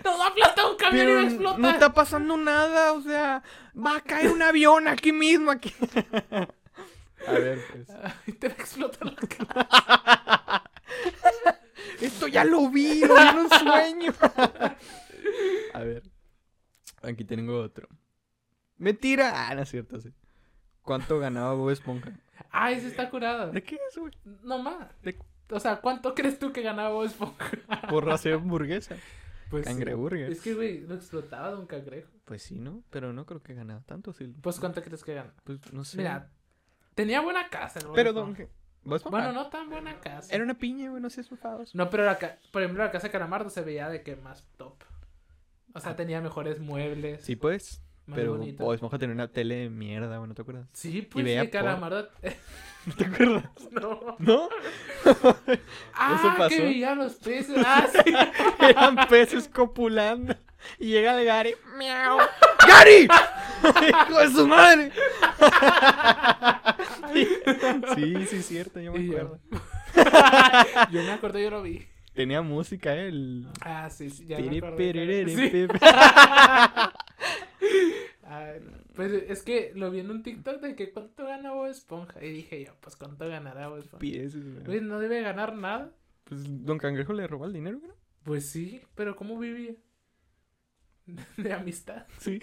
C: Nos va a explotar un camión y
B: Pero
C: va a explotar.
B: no está pasando nada, o sea, va a caer un avión aquí mismo, aquí. A ver, pues.
C: Ay, te va a explotar la cara.
B: Esto ya lo vi, lo vi en un sueño. A ver. Aquí tengo otro. Mentira. Ah, no es cierto, sí. ¿Cuánto ganaba Bob Esponja?
C: Ay, se está curado.
B: ¿De qué es, güey?
C: No más.
B: De-
C: O sea, ¿cuánto crees tú que ganaba Bob Esponja?
B: Por hacer hamburguesa.
C: Pues sí.
B: Cangreburger.
C: Es que, güey, lo explotaba de un cangrejo.
B: Pues sí, ¿no? Pero no creo que ganaba tanto, sí.
C: Pues, ¿cuánto crees que ganaba?
B: Pues no sé.
C: Mira, tenía buena casa. el Bob
B: Pero, don...
C: Esponja.
B: Bob Esponja
C: Bueno, no tan buena casa.
B: Era una piña, güey, no sé, esos
C: No, pero la ca- por ejemplo, la casa de Calamardo se veía de que más top. O sea, tenía mejores muebles.
B: Ah. Sí, pues.
C: más
B: pero
C: bonito.
B: Bob Esponja tenía una tele de mierda, güey, ¿no te acuerdas?
C: Sí, pues
B: veía
C: de Calamardo.
B: ¿No te acuerdas?
C: no.
B: ¿No?
C: Ah, que
B: pasó?
C: veía los peces. Ah, sí.
B: Eran peces copulando. Y llega el Gary. ¡Miau! ¡Gary! ¡Hijo de su madre! sí, sí, cierto, yo me
C: Y yo.
B: acuerdo.
C: yo me acuerdo, yo lo vi.
B: Tenía música eh, el.
C: Ah, sí, sí, ya me acuerdo. Sí.
B: Piripiriririm, pip.
C: Ah, pues es que lo vi en un TikTok de que cuánto gana Bob Esponja. Y dije yo, pues cuánto ganará Bob Esponja.
B: Pies,
C: Güey,
B: güey.
C: no debe ganar nada.
B: Pues Don Cangrejo le robó el dinero, ¿no?
C: Pues sí, pero ¿cómo vivía? De amistad.
B: Sí.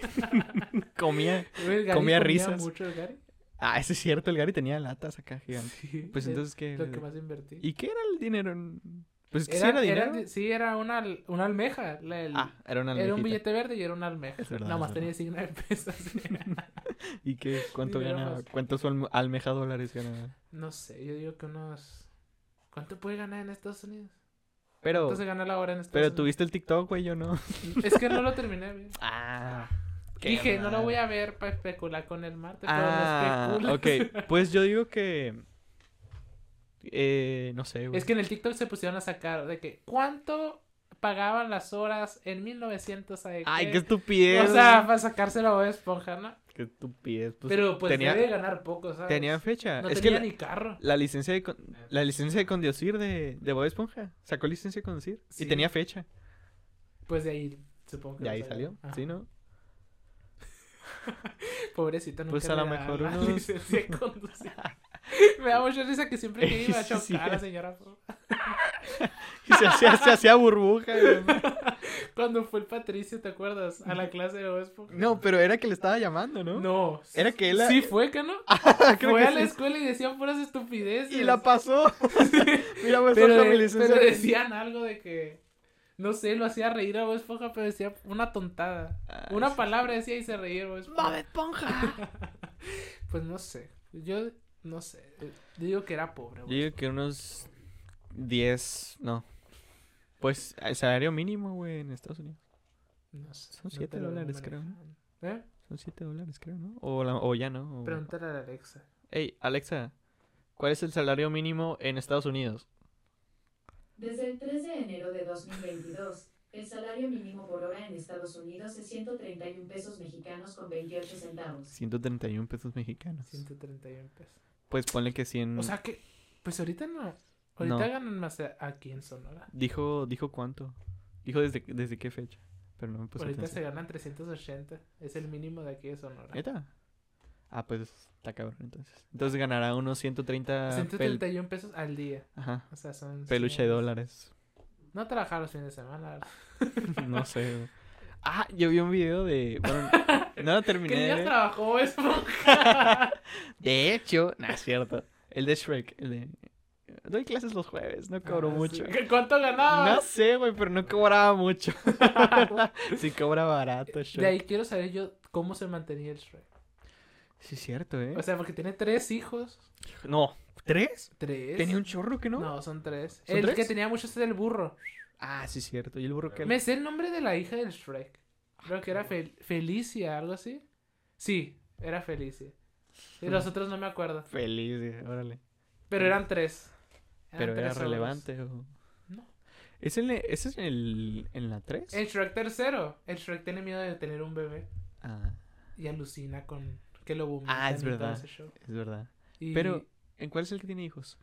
B: comía.
C: Güey, el Gary
B: Comía risas.
C: mucho el Gary.
B: Ah, eso es cierto, el Gary tenía latas acá gigantes.
C: Sí,
B: Pues
C: es-
B: entonces, ¿qué?
C: Lo que más invertí.
B: ¿Y qué era el dinero? Pues que sí
C: Era-
B: era dinero.
C: era- sí, era una, al- una almeja. la- el-
B: Ah, era una
C: era un
B: almejita.
C: billete verde y era una almeja.
B: Es verdad,
C: Nada
B: es
C: más
B: verdad.
C: tenía signo de pesos.
B: ¿Y qué? ¿Cuánto
C: Dinero
B: gana?
C: más.
B: ¿Cuántos alm- almeja dólares gana?
C: no sé, yo digo que unos. ¿Cuánto puede ganar en Estados Unidos?
B: Pero,
C: ¿Cuánto se gana la hora en Estados
B: pero tuviste el TikTok, güey, yo no.
C: Unidos? Es que no lo terminé bien.
B: Ah.
C: Dije, no lo voy a ver para especular con el martes.
B: Ah,
C: pero no especulo.
B: ok. Pues yo digo que. Eh, no sé, güey.
C: Es que en el TikTok se pusieron a sacar de que cuánto pagaban las horas en 1900 a
B: Ay,
C: qué?
B: qué
C: eh, O
B: estupidez.
C: sea, para sacárselo a Bob Esponja, ¿no?
B: Qué estupidez. Pues,
C: pero pues
B: tenía,
C: debe ganar poco, ¿sabes?
B: tenía fecha.
C: no
B: es que
C: tenía
B: la,
C: ni carro.
B: la licencia de con- la licencia de conducir de, de Bob Esponja. Sacó licencia de conducir.
C: Sí.
B: Y tenía fecha.
C: Pues de ahí, supongo que
B: De
C: lo
B: ahí
C: sacaron.
B: salió.
C: Ajá.
B: Sí, ¿no?
C: Pobrecito, nunca
B: Pues a
C: le
B: lo
C: daban
B: mejor
C: la
B: unos-
C: licencia de conducir. Me da mucha risa que siempre que iba a
B: Sí,
C: chocar
B: sí.
C: a la señora.
B: Y se hacía, se hacía burbuja, güey.
C: Cuando fue el Patricio, ¿te acuerdas? A la clase de Bob Esponja.
B: No, pero era que le estaba llamando, ¿no?
C: No.
B: Era que él- Ah,
C: Sí fue, que no?
B: Creo
C: fue
B: que
C: a la
B: sí.
C: escuela y decían puras estupideces.
B: Y la pasó. Mira, pues
C: pero,
B: pero,
C: de-
B: mi licencia.
C: pero decían algo de que... No sé, lo hacía reír a Bob Esponja, pero decía una tontada.
B: Ah,
C: una
B: sí,
C: palabra decía y se reía Bob Esponja.
B: esponja!
C: Pues no sé. Yo no sé. Yo digo que era pobre.
B: Yo
C: güey.
B: digo que unos 10, no. Pues el salario mínimo, güey, en Estados Unidos.
C: No sé.
B: Son
C: no
B: siete
C: te lo veo
B: dólares, creo, ¿no?
C: manejando. ¿Eh?
B: Son 7 dólares, creo, ¿no? O, la- o ya no. o-
C: Pregúntale a la Alexa.
B: Ey, Alexa, ¿cuál es el salario mínimo en Estados Unidos?
D: Desde el 3 de enero de 2022, el salario mínimo por hora en Estados Unidos es 131 pesos mexicanos con 28 centavos.
B: 131 pesos mexicanos.
C: 131 pesos.
B: Pues ponle que 100.
C: O sea que. Pues ahorita no. Ahorita
B: No.
C: ganan más a- aquí en Sonora.
B: Dijo, dijo cuánto. Dijo desde, desde qué fecha. Pero no me puse a
C: ahorita
B: pensar.
C: se ganan 380. Es el mínimo de aquí de Sonora.
B: ¿Neta? Ah, pues está cabrón entonces. Entonces ganará unos 130 pel-
C: 131 pesos al día.
B: Ajá,
C: O sea, son.
B: peluche de Ah,
C: 100.
B: dólares.
C: No trabajar los fines de semana. la verdad.
B: No sé. güey. Ah, yo vi un video de. Bueno, no lo terminé.
C: ¿Qué
B: de
C: días
B: ver.
C: trabajó eso?
B: De hecho, no es cierto. El de Shrek, el de. Doy clases los jueves, no cobro
C: Ah, sí.
B: mucho.
C: ¿Qué- ¿Cuánto ganaba?
B: No sé, güey, pero no cobraba mucho. sí cobra barato,
C: de ahí
B: Shrek.
C: quiero saber yo cómo se mantenía el Shrek.
B: Sí, es cierto, ¿eh?
C: O sea, porque tiene tres hijos.
B: no, ¿tres?
C: Tres.
B: Tenía un chorro que no.
C: No, son tres.
B: ¿Son
C: el
B: tres?
C: que tenía muchos es el burro.
B: Ah, sí, es cierto. ¿Y el burro que
C: Me sé el nombre de la hija del Shrek. Creo que era Fel- Felicia, algo así. Sí, era Felicia. Y los otros no me acuerdo.
B: Feliz, güey, órale.
C: Pero eran tres. Eran
B: Pero era
C: tres ogros.
B: relevante. o-
C: No.
B: ¿Es en, el- ¿Ese es en, el, en la 3?
C: El Shrek tercero. El Shrek tiene miedo de tener un bebé.
B: Ah,
C: Y alucina con que lo vomitan
B: Ah, es
C: y todo
B: verdad.
C: ese show.
B: es verdad.
C: Y-
B: Pero, ¿en cuál es el que tiene hijos?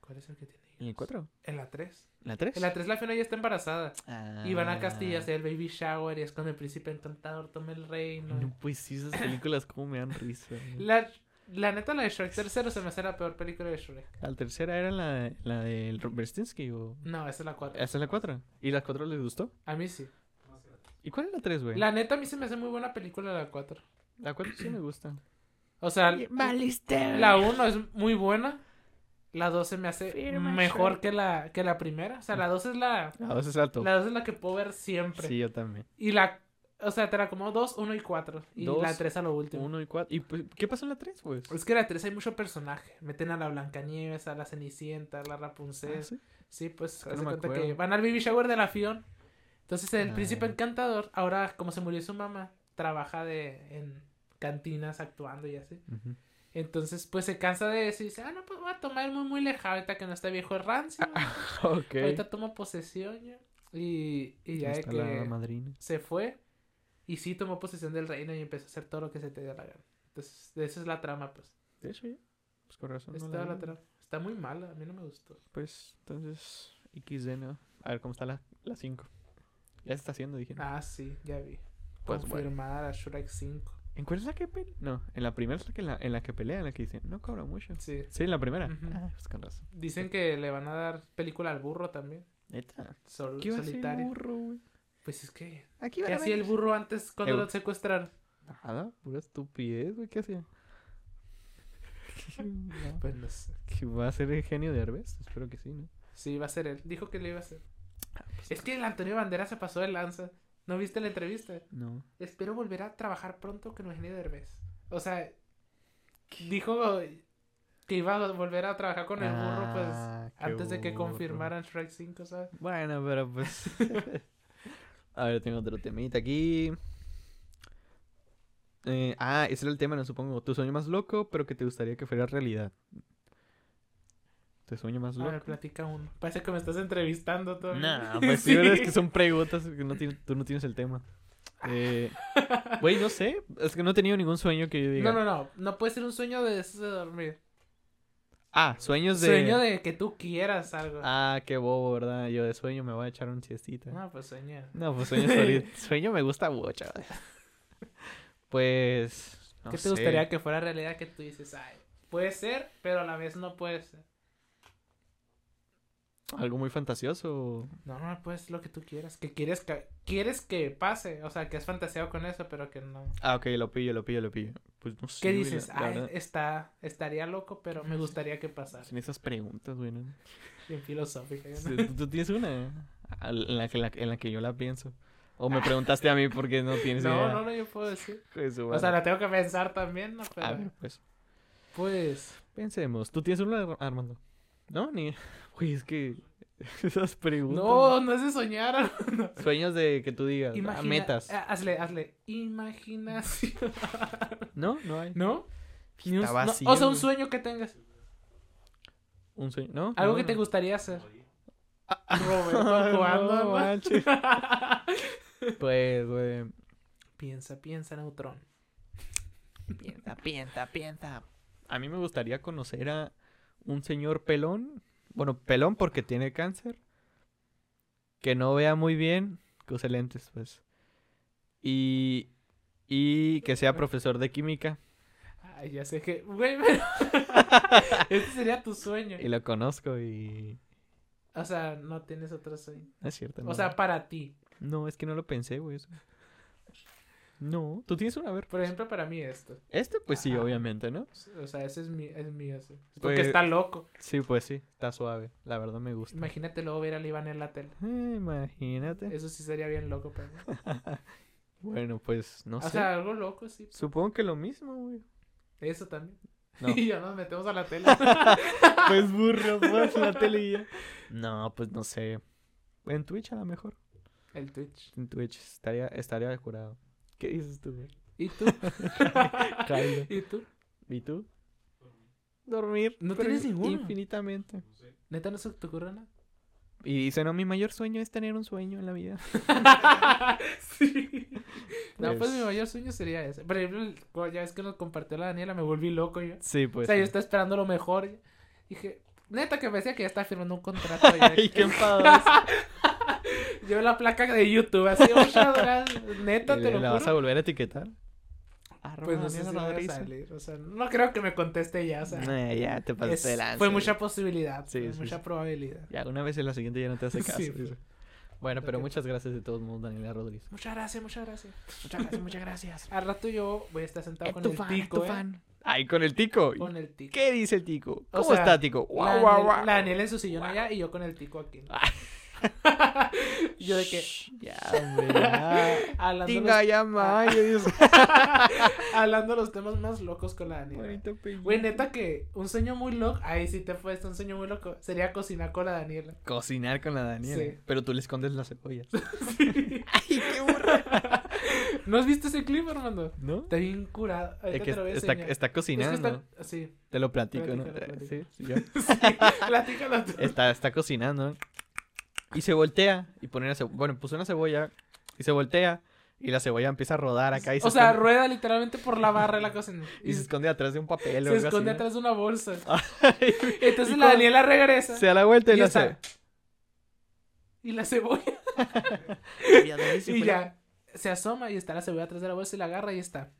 C: ¿Cuál es el que tiene?
B: ¿En el 4?
C: En la 3.
B: ¿En la 3?
C: En la 3 la Fiona ya está embarazada.
B: Ah.
C: Y van a Castilla a hacer el baby shower y es con el príncipe encantador, toma el reino.
B: No, pues sí, esas películas como me dan risa. güey.
C: La, la neta, la de Shrek tercero se me hace la peor película de Shrek.
B: La tercera era la, la del Berstinsky o...
C: No, esa es la 4.
B: Esa es la 4. ¿Y las 4 les gustó?
C: A mí sí.
B: ¿Y cuál es la 3, güey?
C: La neta, a mí se me hace muy buena película la 4.
B: La 4 sí me gusta. Ah,
C: O sea,
A: Ballister.
C: la 1 es muy buena. La 2 se me hace
A: Firma
C: mejor
A: Shrek.
C: que la, que la primera. O sea, la 2 es la...
B: La 2 es alto.
C: La 2 es la que puedo ver siempre.
B: Sí, yo también.
C: Y la... O sea, te la como 2, 1 y 4. Y
B: Dos,
C: la 3 a lo último.
B: 1 y 4. ¿Y pues, qué pasó en la 3, pues?
C: Es que en la 3 hay mucho personaje. Meten a la Blancanieves, a la Cenicienta, a la Rapunzel.
B: Ah,
C: sí?
B: sí.
C: pues
B: Ah,
C: haz
B: no
C: de
B: me
C: cuenta
B: acuerdo.
C: que van al baby shower de la Fion. Entonces el
B: Ah.
C: príncipe encantador, ahora como se murió su mamá, trabaja de en cantinas actuando y así.
B: Ujú.
C: Entonces pues se cansa de eso y dice, ah, no, pues voy a tomar muy, muy lejano ahorita que no está viejo rancio.
B: Ok.
C: Ahorita tomo posesión ya. Y, y ya de
B: Está la, la
C: que
B: madrina.
C: se fue y sí tomó posesión del reino y empezó a hacer todo lo que se te dio la gana. Entonces, de eso es la trama, pues.
B: De hecho, ya. Pues con razón. no
C: Está,
B: la vi.
C: la tra- está muy mala, a mí no me gustó.
B: Pues entonces, XD, ¿no? A ver cómo está la 5. ya se está haciendo, dije. ¿no?
C: Ah, sí, ya vi.
B: Pues, bueno.
C: Confirmada la Shrek 5.
B: ¿En cuál es la que pelea? No, en la primera es la que, la, en la que pelea, en la que dice, no cobra mucho.
C: Sí.
B: Sí, en la primera.
C: Ujú.
B: Ah, pues con razón.
C: Dicen que le van a dar película al burro también.
B: Neta.
C: Sol-
B: ¿Qué va a hacer el
C: solitario.
B: burro, güey?
C: Pues es que.
B: Aquí
C: ¿Qué
B: van a
C: hacía el
B: venir.
C: burro antes cuando
B: Eh,
C: lo secuestraron?
B: Nada, pura estupidez, güey. ¿Qué hacía?
C: Pues no sé.
B: ¿Que ¿Va a ser el genio de Herbes? Espero que sí, ¿no?
C: Sí, va a ser él. Dijo que le iba a hacer.
B: Ah, pues
C: Es que el Antonio Bandera se pasó de lanza. ¿No viste la entrevista?
B: No.
C: Espero volver a trabajar pronto con Eugenio Derbez. O sea, dijo que iba a volver a trabajar con el burro, pues.
B: Ah, qué
C: Antes de que
B: burro.
C: confirmaran Shrek 5, ¿sabes?
B: Bueno, pero pues. a ver, tengo otro temita aquí. Eh, ah, ese era el tema, no supongo. Tu sueño más loco, pero que te gustaría que fuera realidad. ¿Tu sueño más
C: A ver,
B: loco?
C: platica uno. Parece que me estás entrevistando tú.
B: Nah, pues sí, verdad, es que son preguntas que no tiene- tú no tienes el tema. Eh, Güey, no sé. Es que no he tenido ningún sueño que yo diga.
C: No, no, no. No puede ser un sueño de esos de dormir.
B: Ah, sueños de.
C: Sueño de que tú quieras algo.
B: Ah, qué bobo, ¿verdad? Yo de sueño me voy a echar un siestita.
C: No, pues sueño.
B: No, pues sueño, solid- sueño me gusta mucho. Pues. no
C: ¿Qué te
B: sé.
C: gustaría que fuera realidad que tú dices, ay, puede ser, pero a la vez no puede ser?
B: Algo muy fantasioso.
C: No, no, pues lo que tú quieras. Que quieres que, quieres que pase. O sea, que has fantaseado con eso, pero que no.
B: Ah, ok, lo pillo, lo pillo, lo pillo. Pues no sé.
C: ¿Qué
B: güey,
C: dices?
B: la- la
C: ay, eh.
B: verdad,
C: está, estaría loco, pero me gustaría que pasara.
B: Sin esas preguntas, güey. ¿no?
C: Bien filosófica. ¿no?
B: Sí, ¿Tú, tú tienes una Al- en la, que, la- en la que yo la pienso. O me preguntaste a mí porque no tienes
C: No,
B: idea.
C: no, no, yo puedo decir.
B: Pues,
C: O sea, la tengo que pensar también, ¿no? Pero,
B: A ver, pues.
C: Pues,
B: Pensemos. ¿Tú tienes una, Ar- Armando? No, ni. Güey, es que. Esas preguntas.
C: no, no es de soñar. no.
B: Sueños de que tú digas. ah,
C: Imagina-
B: Metas.
C: ah, Hazle, hazle. Imaginación.
B: No, no hay.
C: ¿No? Ni un-
B: Está
C: no,
B: vacío,
C: O sea, un
B: güey.
C: sueño que tengas.
B: Un sueño. No.
C: Algo
B: no,
C: que te
B: no.
C: gustaría hacer.
B: Ah,
C: Roberto jugando,
B: no,
C: ¿no?
B: manches. Pues, güey.
C: Piensa, piensa, Neutrón.
A: Piensa, piensa, piensa.
B: A mí me gustaría conocer a un señor pelón. Bueno, pelón porque tiene cáncer. Que no vea muy bien. Que use lentes, pues. Y. Y que sea profesor de química.
C: Ah, Ay, ya sé que, güey, pero... este sería tu sueño.
B: Y lo conozco y.
C: O sea, no tienes otro sueño.
B: No es cierto.
C: O
B: no.
C: sea, para ti.
B: No, es que no lo pensé, güey. eso. No, tú tienes una, a ver.
C: Por ejemplo, para mí esto.
B: Este, pues sí,
C: Ajá.
B: obviamente, ¿no?
C: O sea, ese es mi, es mío. ese. Porque
B: Pues-
C: está loco.
B: Sí, pues sí, está suave. La verdad me gusta.
C: Imagínate luego ver al Iván en la tele.
B: Eh, Imagínate.
C: Eso sí sería bien loco para mí.
B: Bueno, pues no
C: o
B: sé.
C: sea, algo loco, sí.
B: Supongo que lo mismo, güey.
C: Eso también.
B: No.
C: y ya nos metemos a la tele.
B: Pues burro, pues la tele y ya. No, pues no sé. En Twitch a lo mejor.
C: El Twitch.
B: En Twitch estaría, estaría curado. ¿Qué dices tú, güey?
C: ¿Y tú?
B: Jaime.
C: ¿Y tú?
B: ¿Y tú? Dormir.
C: No
B: pero
C: tienes ninguno.
B: Infinitamente.
C: ¿Neta no se te ocurre nada?
B: Y dice, no, mi mayor sueño es tener un sueño en la vida.
C: sí. No, pues
B: Pues-
C: mi mayor sueño sería ese. Por ejemplo, el- cuando ya ves que nos compartió la Daniela, me volví loco yo.
B: Sí,
C: o
B: pues.
C: sea, yo
B: sí.
C: estaba esperando lo mejor. Dije, neta que me decía que ya estaba firmando un contrato. ya.
B: Ay, qué enfadado.
C: yo la placa de YouTube, así, muchas gracias. Neta, te
B: ¿Le-
C: lo
B: ¿La vas a
C: juro.
B: volver a etiquetar?
C: Pues no sé si vaya a salir. O sea, no creo que me conteste ya. O sea,
B: Nah, ya te pasaste
C: es-
B: de lanza,
C: fue
B: güey.
C: mucha posibilidad.
B: pues, Sí,
C: fue
B: sí,
C: mucha
B: sí.
C: probabilidad.
B: Ya, una vez en la siguiente ya no te hace
C: Sí,
B: caso.
C: pues.
B: dice. Bueno,
C: Lo
B: pero
C: que-
B: muchas gracias de todos modos, Daniela Rodríguez.
C: Muchas gracias, muchas gracias.
B: Muchas gracias, muchas gracias.
C: Al rato yo voy a estar sentado
B: Es
C: con
B: tu
C: el
B: fan, es
C: tico,
B: tu
C: eh,
B: fan. Ay, con el tico.
C: Con el tico.
B: ¿Qué dice el tico?
C: O
B: ¿Cómo
C: sea,
B: está, tico? Guau,
C: la,
B: guau,
C: Daniel-
B: guau. Ah.
C: la Daniela en su sillón allá y yo con el tico aquí. yo de que
B: Shh, Ya, hombre, ya.
C: hablando
B: Tinga,
C: los,
B: ya, mayo. Dios.
C: hablando los temas más locos con la Daniela.
B: Bonito apellido.
C: Güey, neta que un sueño muy loco, ahí sí te fue, este, un sueño muy loco, sería cocinar con la Daniela.
B: Cocinar con la Daniela.
C: Sí.
B: Pero tú le escondes las cebollas.
C: Sí.
B: Ay, qué burra.
C: ¿No has visto ese clip, Armando?
B: ¿No?
C: Está bien curado. Ahorita
B: Es que
C: te lo voy a
B: está,
C: enseñar.
B: está
C: Es que
B: cocinando.
C: está- Sí,
B: Te lo platico, ¿no?
C: Platícalo, platícalo.
B: Sí, sí, yo.
C: sí, platícalo tú.
B: Está, está cocinando. Y se voltea. Y pone una cebolla. Bueno, puso una cebolla. Y se voltea. Y la cebolla empieza a rodar acá. Y se
C: O sea,
B: esconde-
C: rueda literalmente por la barra de la cocina.
B: Y se esconde atrás de un papel. o
C: se
B: algo así,
C: esconde
B: ¿no?
C: atrás de una bolsa.
B: Ay,
C: Entonces
B: Y
C: la
B: cuando-
C: Daniela regresa
B: se da la vuelta y,
C: Y
B: la
C: está.
B: hace.
C: y la cebolla. Y
B: Y
C: ya se asoma y está la cebolla atrás de la bolsa y la agarra y está.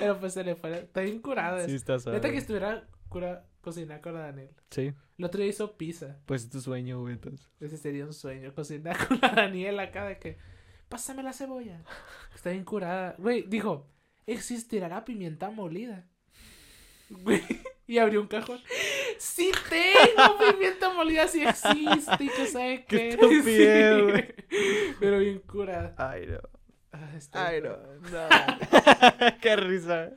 C: Pero pues se le fue. la- Está bien curado.
B: Sí,
C: Sí,
B: está suave.
C: Neta que estuviera cura cocinar con la Daniela.
B: Sí,
C: El otro día hizo pizza.
B: pues es tu sueño, güey. Entonces.
C: Ese sería un sueño. Cocinar con la Daniela acá de que. Pásame la cebolla. Está bien curada. Güey, dijo: ¿Existirá la pimienta molida? Güey. Y abrió un cajón. ¡Sí tengo pimienta molida! ¡Sí existe! ¿Y que sabe
B: Qué
C: qué?
B: estupidez,
C: Sí.
B: güey.
C: Pero bien curada.
B: Ay, no.
C: Ah, está
B: Ay,
C: bien
B: no.
C: curada.
B: qué risa.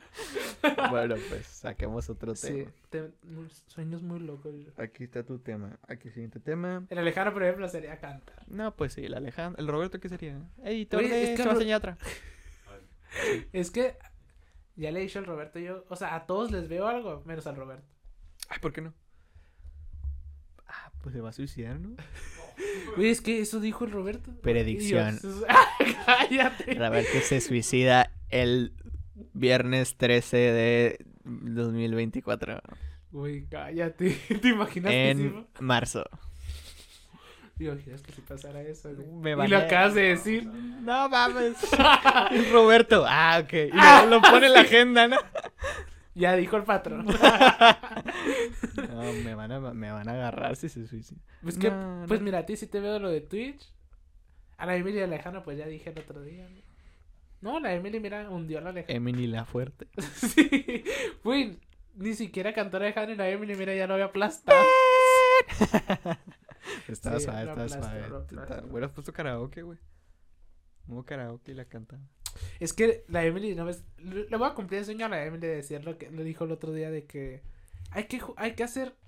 B: Bueno, pues saquemos otro
C: Sí,
B: tema.
C: te- muy- sueños muy locos. yo.
B: Aquí está tu tema. Aquí siguiente tema.
C: El Alejandro, por ejemplo, sería cantar.
B: No, pues sí, el Alejandro. ¿El Roberto qué sería? Editor
C: Güey, es
B: de
C: que
B: Sebastián
C: Ro-
B: Yatra.
C: Es que ya le he dicho al Roberto yo. O sea, a todos les veo algo, menos al Roberto.
B: Ay, ¿por qué no? Ah, pues se va a suicidar, ¿no?
C: Güey, es que eso dijo el Roberto.
B: Predicción.
C: Y yo, ¡Ah, cállate.
B: Roberto se suicida el viernes 13 de 2024.
C: Güey, cállate. ¿Te imaginas que sí?
B: En
C: no?
B: marzo.
C: ¿Te imaginas que si pasara eso? güey?
B: Me
C: y
B: vale.
C: lo acabas de decir.
B: No mames. Es Roberto. Ah, ok. Y luego lo pone en la agenda, ¿no?
C: Ya dijo el patrón.
B: No, me van a, me van a agarrar si se suicida.
C: Pues que,
B: No,
C: pues
B: no.
C: mira, a ti sí te veo lo de Twitch. A la Emily y a Alejandro, pues ya dije el otro día. No, No, la Emily, mira, hundió a la Alejandra.
B: Emily la fuerte.
C: sí. Güey, ni siquiera cantó Alejandro y la Emily, mira, ya lo había aplastado.
B: Estaba
C: Sí,
B: suave, estaba
C: lo aplastó,
B: suave.
C: lo aplastó.
B: Está- Hubieras puesto karaoke, güey. Modo karaoke y la cantaba.
C: Es que la Emily, no ves. Le le voy a cumplir el sueño a la Emily de decir lo que le dijo el otro día de que hay que, ju- hay que hacer.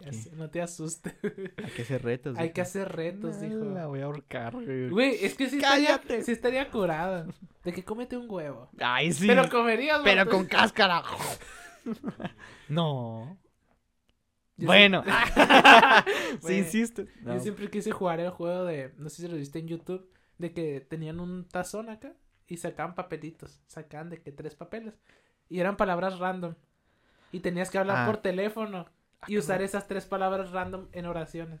C: Ya
B: ¿Qué?
C: sé, no te asustes.
B: Hay que hacer retos.
C: hay
B: dijo.
C: que hacer retos,
B: No,
C: dijo.
B: La voy a ahorcar, güey.
C: Güey, es que sí
B: ¡Cállate!
C: estaría, sí estaría curado. De que cómete un huevo.
B: Ay, sí.
C: Pero comerías,
B: Pero
C: vato.
B: con cáscara. no.
C: Yo
B: bueno. sí,
C: Güey,
B: insisto. No.
C: Yo siempre quise jugar el juego de, no sé si lo viste en YouTube, de que tenían un tazón acá y sacaban papelitos, sacaban de que tres papeles y eran palabras random y tenías que hablar
B: Ah.
C: por teléfono y
B: Ah,
C: usar
B: cabrón.
C: esas tres palabras random en oraciones.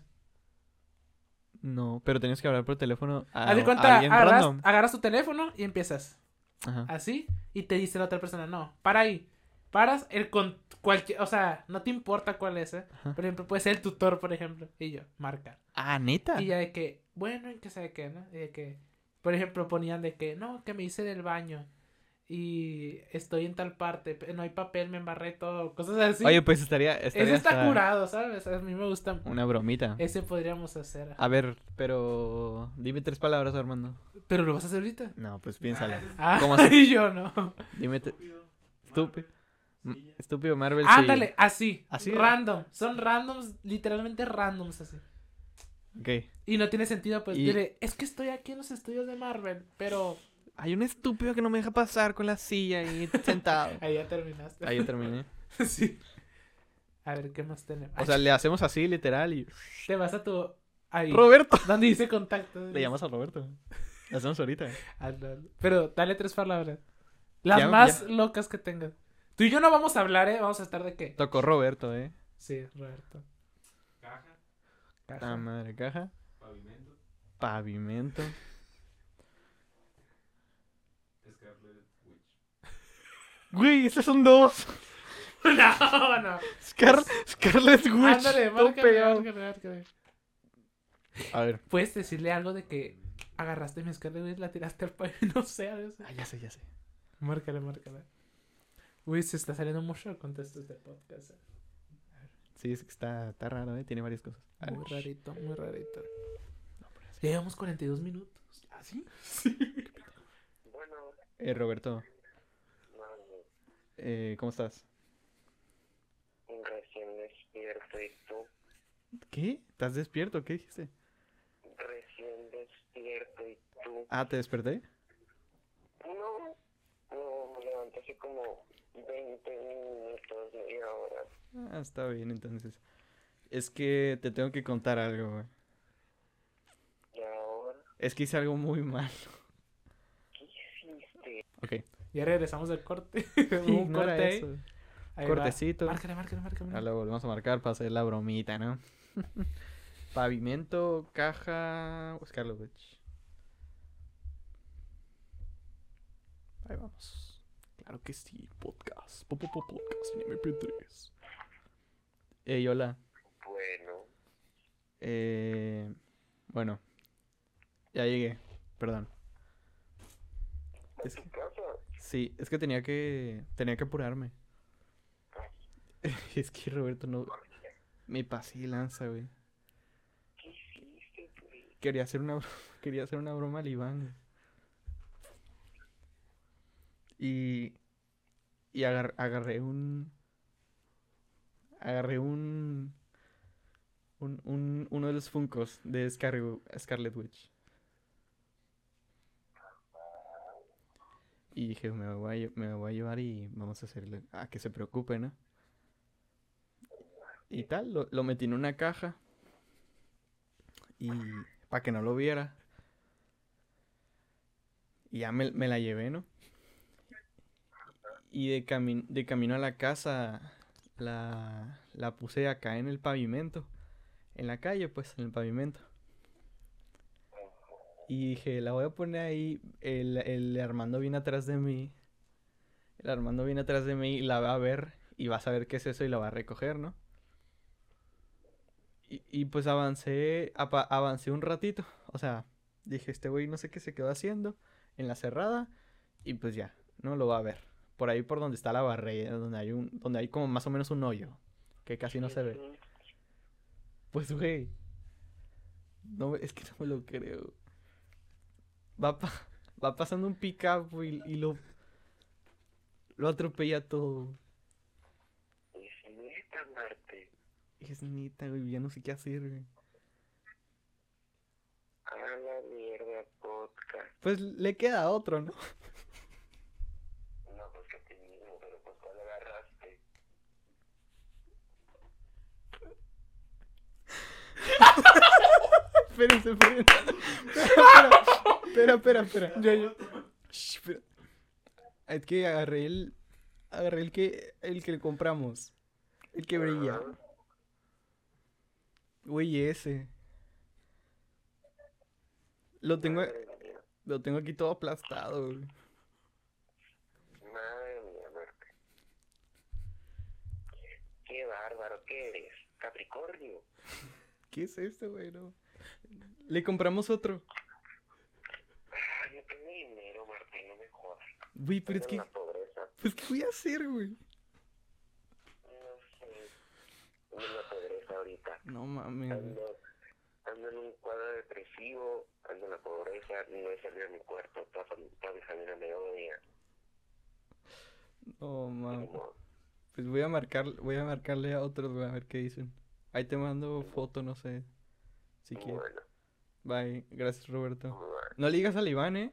B: No, pero tenías que hablar por teléfono a,
C: Haz de
B: a
C: cuenta,
B: alguien
C: agarras,
B: ah, random.
C: agarras tu teléfono y empiezas.
B: Ajá.
C: así y te dice la otra persona, no, para ahí. Paras el con cualquier, o sea, no te importa cuál es, ¿eh?
B: Ajá.
C: Por ejemplo, puede ser el tutor, por ejemplo, y yo, marcar.
B: Ah, neta.
C: Y ya de que, bueno, en que sabe qué, ¿no? Y de que, por ejemplo, ponían de que, no, que me hice del baño y estoy en tal parte, pe- no hay papel, me embarré todo, cosas así.
B: Oye, pues estaría. estaría
C: Eso está
B: hasta
C: curado, ¿sabes? A mí me gusta.
B: Una bromita.
C: Ese podríamos hacer.
B: A ver, pero. Dime tres palabras, Armando.
C: Pero lo vas a hacer ahorita.
B: No, pues piénsala.
C: Ah,
B: ¿Cómo así?
C: y yo no.
B: Dime. te- Estúpido. M- Estúpido Marvel. pues, sí.
C: Ándale, así.
B: Así,
C: Random. Son randoms, literalmente randoms así.
B: Ok.
C: Y no tiene sentido, pues,
B: Y-
C: dile, es que estoy aquí en los estudios de Marvel, pero
B: Hay un estúpido que no me deja pasar con la silla ahí sentado.
C: ahí ya terminaste.
B: Ahí ya terminé.
C: sí. A ver, ¿qué más tenemos?
B: O sea, le hacemos así, literal, y.
C: te vas a tu... Ahí.
B: ¡Roberto!
C: ¿Dónde dice contacto?
B: Le llamas a Roberto. Lo hacemos ahorita.
C: Ah, no. Pero dale tres palabras. Las
B: Ya-
C: más
B: ya.
C: locas que tengas. Tú y yo no vamos a hablar, ¿eh? Vamos a estar de qué.
B: Tocó Roberto, eh.
C: Sí, Roberto. Caja.
B: Ah, madre, caja. Pavimento. Pavimento. Güey, esos son dos.
C: No, no.
B: Scar- Scarlet Witch.
C: Ándale,
B: todo
C: márcale,
B: pegado.
C: márcale, márcale.
B: A ver.
C: Puedes decirle algo de que agarraste mi escala y la tiraste al país. No sé, a veces.
B: Ah, ya sé, ya sé.
C: Márcale, márcale. Uy, se está saliendo mucho el contexto de este podcast. eh.
B: Sí, es que está, está raro, eh. Tiene varias cosas. A ver.
C: Muy rarito, muy rarito. Llevamos 42 minutos. ¿Ah, sí? Sí.
E: Bueno,
B: Eh, Roberto,
E: mami,
B: eh, ¿cómo estás?
E: recién despierto y tú,
B: ¿Qué? ¿Estás despierto? ¿Qué dijiste?
E: recién despierto y tú.
B: Ah, ¿te desperté?
E: No, no, me levanté hace como 20 minutos, media hora.
B: Ah, está bien, entonces. Es que te tengo que contar algo, güey.
E: Y ahora,
B: Es que hice algo muy mal.
E: ¿qué hiciste?
B: Ok.
C: Ya regresamos del corte. Hubo un
B: Ignora
C: corte ahí.
B: eso.
C: Ahí va.
B: Cortecito.
C: Márcale, márcale, márcale.
B: Ahora Ah, lo volvemos a marcar para hacer la bromita, ¿no? Pavimento, caja. Carlos Ahí vamos.
A: Claro que sí, podcast. Po, po, po, podcast en MP3.
B: Ey, hola.
E: Bueno,
B: Eh, bueno, ya llegué. Perdón. Es que,
E: ¿qué pasa?
B: sí, es que tenía que tenía que apurarme. Es que Roberto no me pasé de lanza, güey.
E: ¿Qué hiciste, güey?
B: Quería hacer una broma, quería hacer una broma al Iván. güey. Y y agar- agarré un agarré un, un, un- uno de los funcos de Scar- Scarlet Witch. Y dije, me lo voy a, lle- me lo voy a llevar y vamos a hacerle a que se preocupe, ¿no? Y tal, lo, lo metí en una caja. Y para que no lo viera. Y ya me, me la llevé, ¿no? Y de, cami- de camino a la casa la, la puse acá en el pavimento. En la calle, pues, en el pavimento. Y dije, la voy a poner ahí. El, el Armando viene atrás de mí. El Armando viene atrás de mí y la va a ver. Y va a saber qué es eso y la va a recoger, ¿no? Y, y pues avancé, apa- avancé un ratito. O sea, dije, este güey no sé qué se quedó haciendo en la cerrada. Y pues ya, no lo va a ver. Por ahí por donde está la barrera, donde hay un, donde hay como más o menos un hoyo. Que casi no se ve.
E: Ujú.
B: Pues, güey. No, es que no me lo creo. Va, pa- va pasando un pick-up güey, y, lo. Lo atropella todo.
E: Es neta, Marte.
B: Es neta, güey. Ya no sé qué hacer, güey.
E: A la mierda, podcast.
B: Pues le queda otro, ¿no?
E: No, pues que te mismo, pero pues cuál agarraste.
B: Espérense, espérense. Espera, espera, espera. espera.
C: Ya, ya.
B: Shh, pero- Es que agarré el. Agarré el que. El que le compramos. El que brilla. Güey, ese. Lo tengo.
E: Madre mía.
B: Lo tengo aquí todo aplastado, güey.
E: Qué bárbaro que eres, Capricornio.
B: ¿Qué es esto, güey? No. Le compramos otro.
E: Ay, no tengo dinero, Martín, no me jodas.
B: Güey, pero es
E: Estoy
B: que.
E: en la pobreza.
B: Pues, ¿qué voy a hacer, güey?
E: No sé. Estoy en la Mm, pobreza ahorita.
B: No mames, güey.
E: Ando, ando en un cuadro depresivo, ando en la pobreza, no he salido de mi cuarto, toda, fam- toda mi familia me odia.
B: No mames.
E: Como,
B: Pues voy a marcar, voy a marcarle a otros, güey, a ver qué dicen. Ahí te mando foto, no sé. Si quieres.
E: bueno,
B: Bye. Gracias, Roberto.
E: bueno.
B: No le digas al Iván, eh.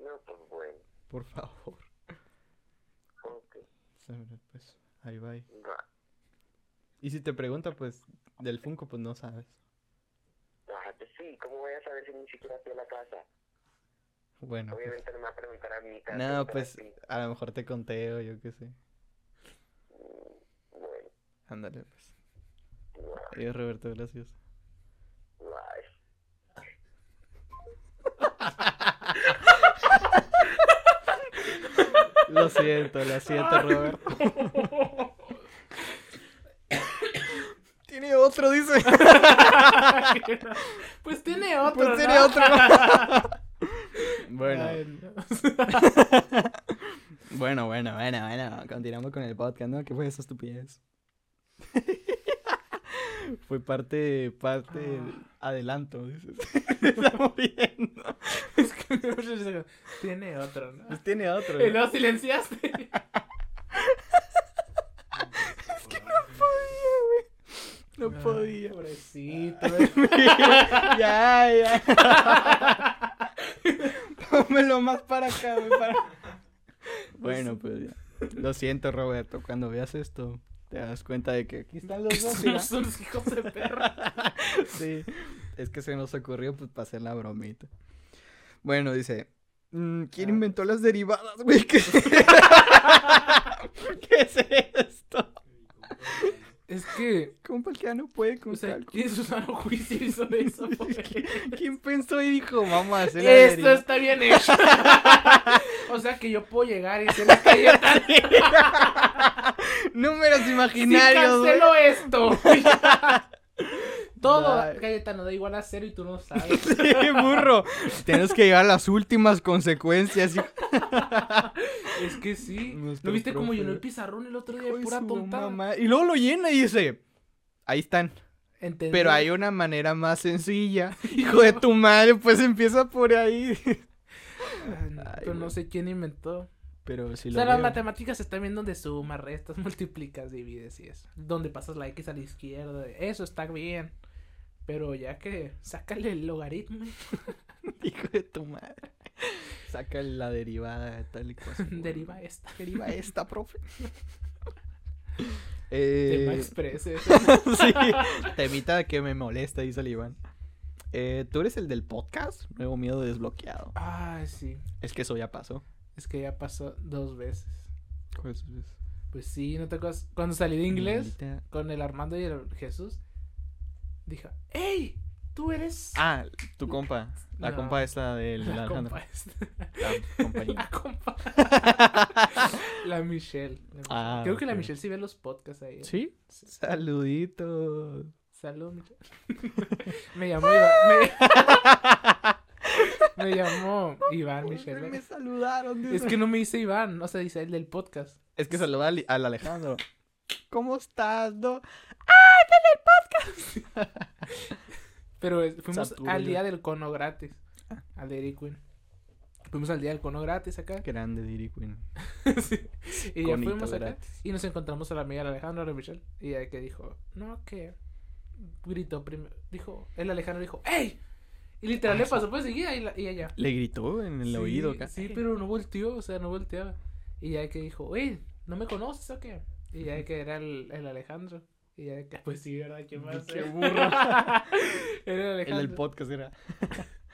E: No, pues bueno.
B: Por favor.
E: Ok,
B: Sobre, Pues, ahí va.
E: va.
B: Y si te pregunta, pues, del Funko, pues no sabes.
E: Ah, pues sí, ¿cómo voy a saber si ni siquiera estoy en la casa?
B: Bueno, pues.
E: Obviamente no me va a preguntar a mí. te va a
B: No,
E: preguntar a
B: pues,
E: ti.
B: a lo mejor te conteo, yo qué sé.
E: Bueno,
B: Ándale, pues.
E: va,
B: Adiós, Roberto, gracias.
E: va.
B: Lo siento, lo siento, Roberto. Tiene otro, dice.
C: pues tiene otro.
B: Pues tiene
C: ¿no?
B: otro. Bueno,
C: Ay, no.
B: bueno, bueno, bueno, bueno. Continuamos con el podcast, ¿no? ¿Qué fue esa estupidez? fue parte, parte, adelanto, dices. Estamos viendo.
C: Es que me puse ese segundo. tiene otro, ¿no?
B: Pues tiene otro. güey.
C: Y lo silenciaste.
B: No podía.
C: Pobrecito. eh.
B: ya, ya. Pónmelo más para acá, güey, para- Bueno, pues ya. Lo siento, Roberto. Cuando veas esto, te das cuenta de que aquí están los dos.
C: Son
B: mira.
C: unos hijos de perra.
B: sí. Es que se nos ocurrió, pues, para hacer la bromita. Bueno, dice. mm, ¿Quién
C: Ah,
B: inventó las derivadas, güey? ¿Qué es, ¿Qué es esto?
C: Es que,
B: Compa, el que ya no puede con
C: o sea,
B: calco.
C: ¿quién es su sano juicio hizo eso? pobre?
B: ¿Quién pensó y dijo, vamos a hacer la
C: Esto
B: deriva-
C: está bien hecho. o sea que yo puedo llegar y decir que yo
B: Números
C: sí
B: imaginarios, güey.
C: cancelo esto. Todo,
B: Ay.
C: Cayetano, da igual a cero y tú no sabes.
B: Sí, burro. Tienes que llegar a las últimas consecuencias. hijo-
C: Es que sí.
B: Nuestro
C: ¿No viste cómo
B: profe.
C: llenó el pizarrón el otro día
B: hijo
C: de
B: de
C: pura
B: su
C: tontada?
B: mamá. Y luego lo llena y dice, ahí están.
C: ¿Entendés?
B: Pero hay una manera más sencilla. Hijo de tu madre, pues empieza por ahí.
C: Ay, no,
B: Ay,
C: Pero no
B: güey.
C: sé quién inventó.
B: Pero si
C: o
B: lo
C: sea, las
B: veo.
C: matemáticas están bien donde sumas, restas, multiplicas, divides y eso. Donde pasas la X a la izquierda. Eso está bien. Pero ya que sácale el logaritmo
B: Hijo de tu madre. Saca la derivada de tal y cosa.
C: deriva esta.
B: Deriva esta, profe.
C: Tema
B: eh,
C: express. eh.
B: sí. Temita que me molesta, dice el Iván. Eh, ¿Tú eres el del podcast? Nuevo miedo desbloqueado.
C: Ay, sí.
B: Es que eso ya pasó.
C: Es que ya pasó dos veces. Pues sí, ¿no te acuerdas? Cuando salí de inglés
B: Ahorita-
C: con el Armando y el Jesús, dije, ¡Ey! ¿Tú eres
B: Ah, tu compa. La
C: No.
B: compa esta del
C: la
B: Alejandro.
C: compa esta?
B: La compañía.
C: La compa. la Michelle. la Michelle.
B: Ah,
C: Creo que la
B: ok.
C: Michelle sí ve los podcasts ahí. eh.
B: ¿Sí? Saluditos.
C: Salud, Michelle. me llamó Iván. Me, me llamó Iván, Michelle.
B: Me
C: ¿verdad?
B: saludaron.
C: Es que no me dice Iván, o sea, dice el del podcast.
B: es que saluda al, al Alejandro. ¿Cómo estás? no?
C: Pero es- fuimos
B: Saturno. Ah.
C: al día del cono gratis. Al Dairy Queen. Fuimos al día del cono gratis acá.
B: Grande Diri Queen.
C: Sí. Y ya
B: Conito
C: fuimos acá.
B: gratis.
C: Y nos encontramos a la amiga de Alejandro, a la Michelle. Y ella que dijo, no, que. Gritó primero. Dijo, el Alejandro dijo, ¡Ey! Y literal le pasó pues seguida y, la- y ella.
B: Le gritó Ah, en el
C: sí,
B: oído. acá.
C: Sí, pero no volteó, o sea, no volteaba. Y ya que dijo, ¡Ey! ¿No me conoces o qué? Y ya que era el, el Alejandro. Y ya que, pues sí, ¿verdad? ¿Qué más?
B: Qué
C: eh?
B: burro.
C: era el
B: El
C: Alejandro.
B: del podcast era.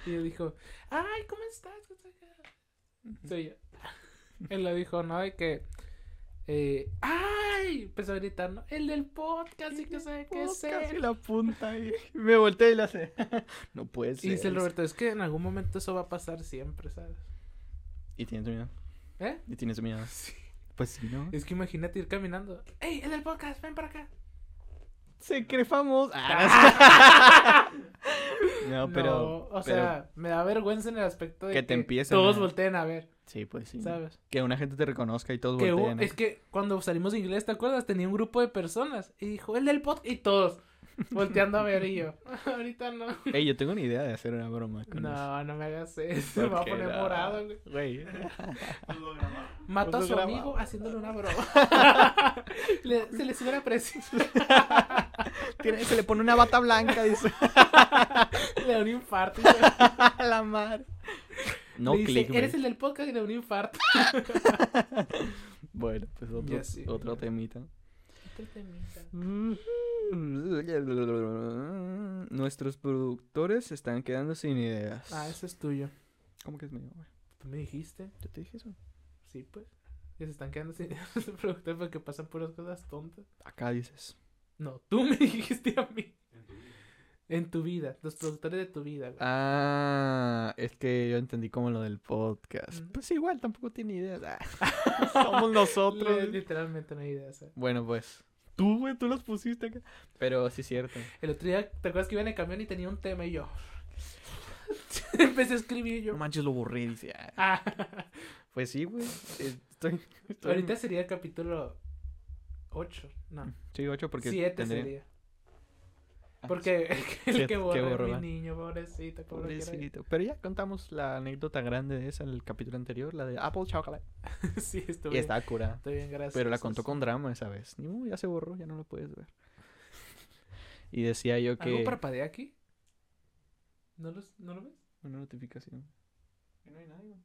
C: Y él dijo, ay, ¿cómo estás? ¿Cómo estás?" Soy yo. él lo dijo, ¿no? De que, eh, ay, empezó a gritar, ¿no? El del podcast y que sabe qué es
B: Podcast y
C: él.
B: la punta. Y me volteé y la hace. no puede
C: Y
B: ser.
C: dice el Roberto, es que en algún momento eso va a pasar siempre, ¿sabes?
B: Y tienes miedo.
C: ¿Eh?
B: Y tienes miedo.
C: Sí.
B: Pues sí, ¿no?
C: Es que imagínate ir caminando. ¡Ey, el del podcast! ¡Ven para acá!
B: Se cree famoso. no, pero.
C: Ah. o
B: pero-
C: sea, me da vergüenza en el aspecto de
B: Que te empiecen
C: todos
B: a-
C: volteen a ver,
B: Sí, pues sí.
C: ¿sabes?
B: Que una gente te reconozca y todos
C: Que hubo-
B: voltean. ¿no?
C: es que cuando salimos de inglés, ¿te acuerdas? Tenía un grupo de personas y dijo, el del podcast, y todos volteando a ver y yo, ahorita no.
B: Ey, yo tengo una idea de hacer una broma con eso.
C: No, no me hagas eso, me va a
B: Porque
C: poner
B: no,
C: morado, güey.
B: Güey.
C: Mató a
B: Pues
C: su
B: lo
C: amigo
B: grabamos.
C: haciéndole una broma. Le- se le sube la presión.
B: Tiene- se le pone una bata blanca, dice.
C: Le da un infarto. güey.
B: A la mar. No
C: le dice,
B: click,
C: eres el del podcast y le da un infarto.
B: Bueno, pues otro,
C: Ya sí,
B: otro
C: ya.
B: temita. Nuestros productores se están quedando sin ideas.
C: Ah, eso es tuyo.
B: ¿Cómo que es mío? güey?
C: ¿Tú me dijiste?
B: Yo te dije eso.
C: Sí, pues. Ya se están quedando sin ideas de productor porque pasan puras cosas tontas.
B: Acá dices.
C: No, tú me dijiste a mí. En tu vida, los productores de tu vida, güey.
B: Ah, es que yo entendí como lo del podcast.
C: Mm.
B: Pues igual, tampoco tiene ideas. Ah, Somos nosotros.
C: Le- literalmente no hay idea. o sea.
B: Bueno, pues. Tú, güey, tú los pusiste acá. Pero sí es cierto.
C: El otro día, ¿te acuerdas que iba en el camión y tenía un tema y yo? Empecé a escribir y yo.
B: No manches, lo borré, dice. ah.
C: Ah,
B: Pues sí, güey. eh, Estoy, estoy-
C: ahorita sería el capítulo 8. No,
B: Sí, ocho porque
C: 7
B: tendría-
C: sería.
B: Ah,
C: Porque el que, el
B: siete,
C: que
B: qué
C: borró es
B: borrón.
C: mi niño, pobrecito, pobrecito.
B: Pobrecito. Pero ya contamos la anécdota grande de esa en el capítulo anterior, la de Apple Chocolate.
C: sí, estuvo
B: Y
C: bien.
B: está curada.
C: Estoy bien, gracias.
B: Pero la contó con drama esa vez. Ni modo, ya se borró, ya no lo puedes ver. Y decía yo
C: ¿Algo
B: que.
C: parpadea aquí? ¿No, los, ¿No lo ves?
B: Una notificación. No hay nadie.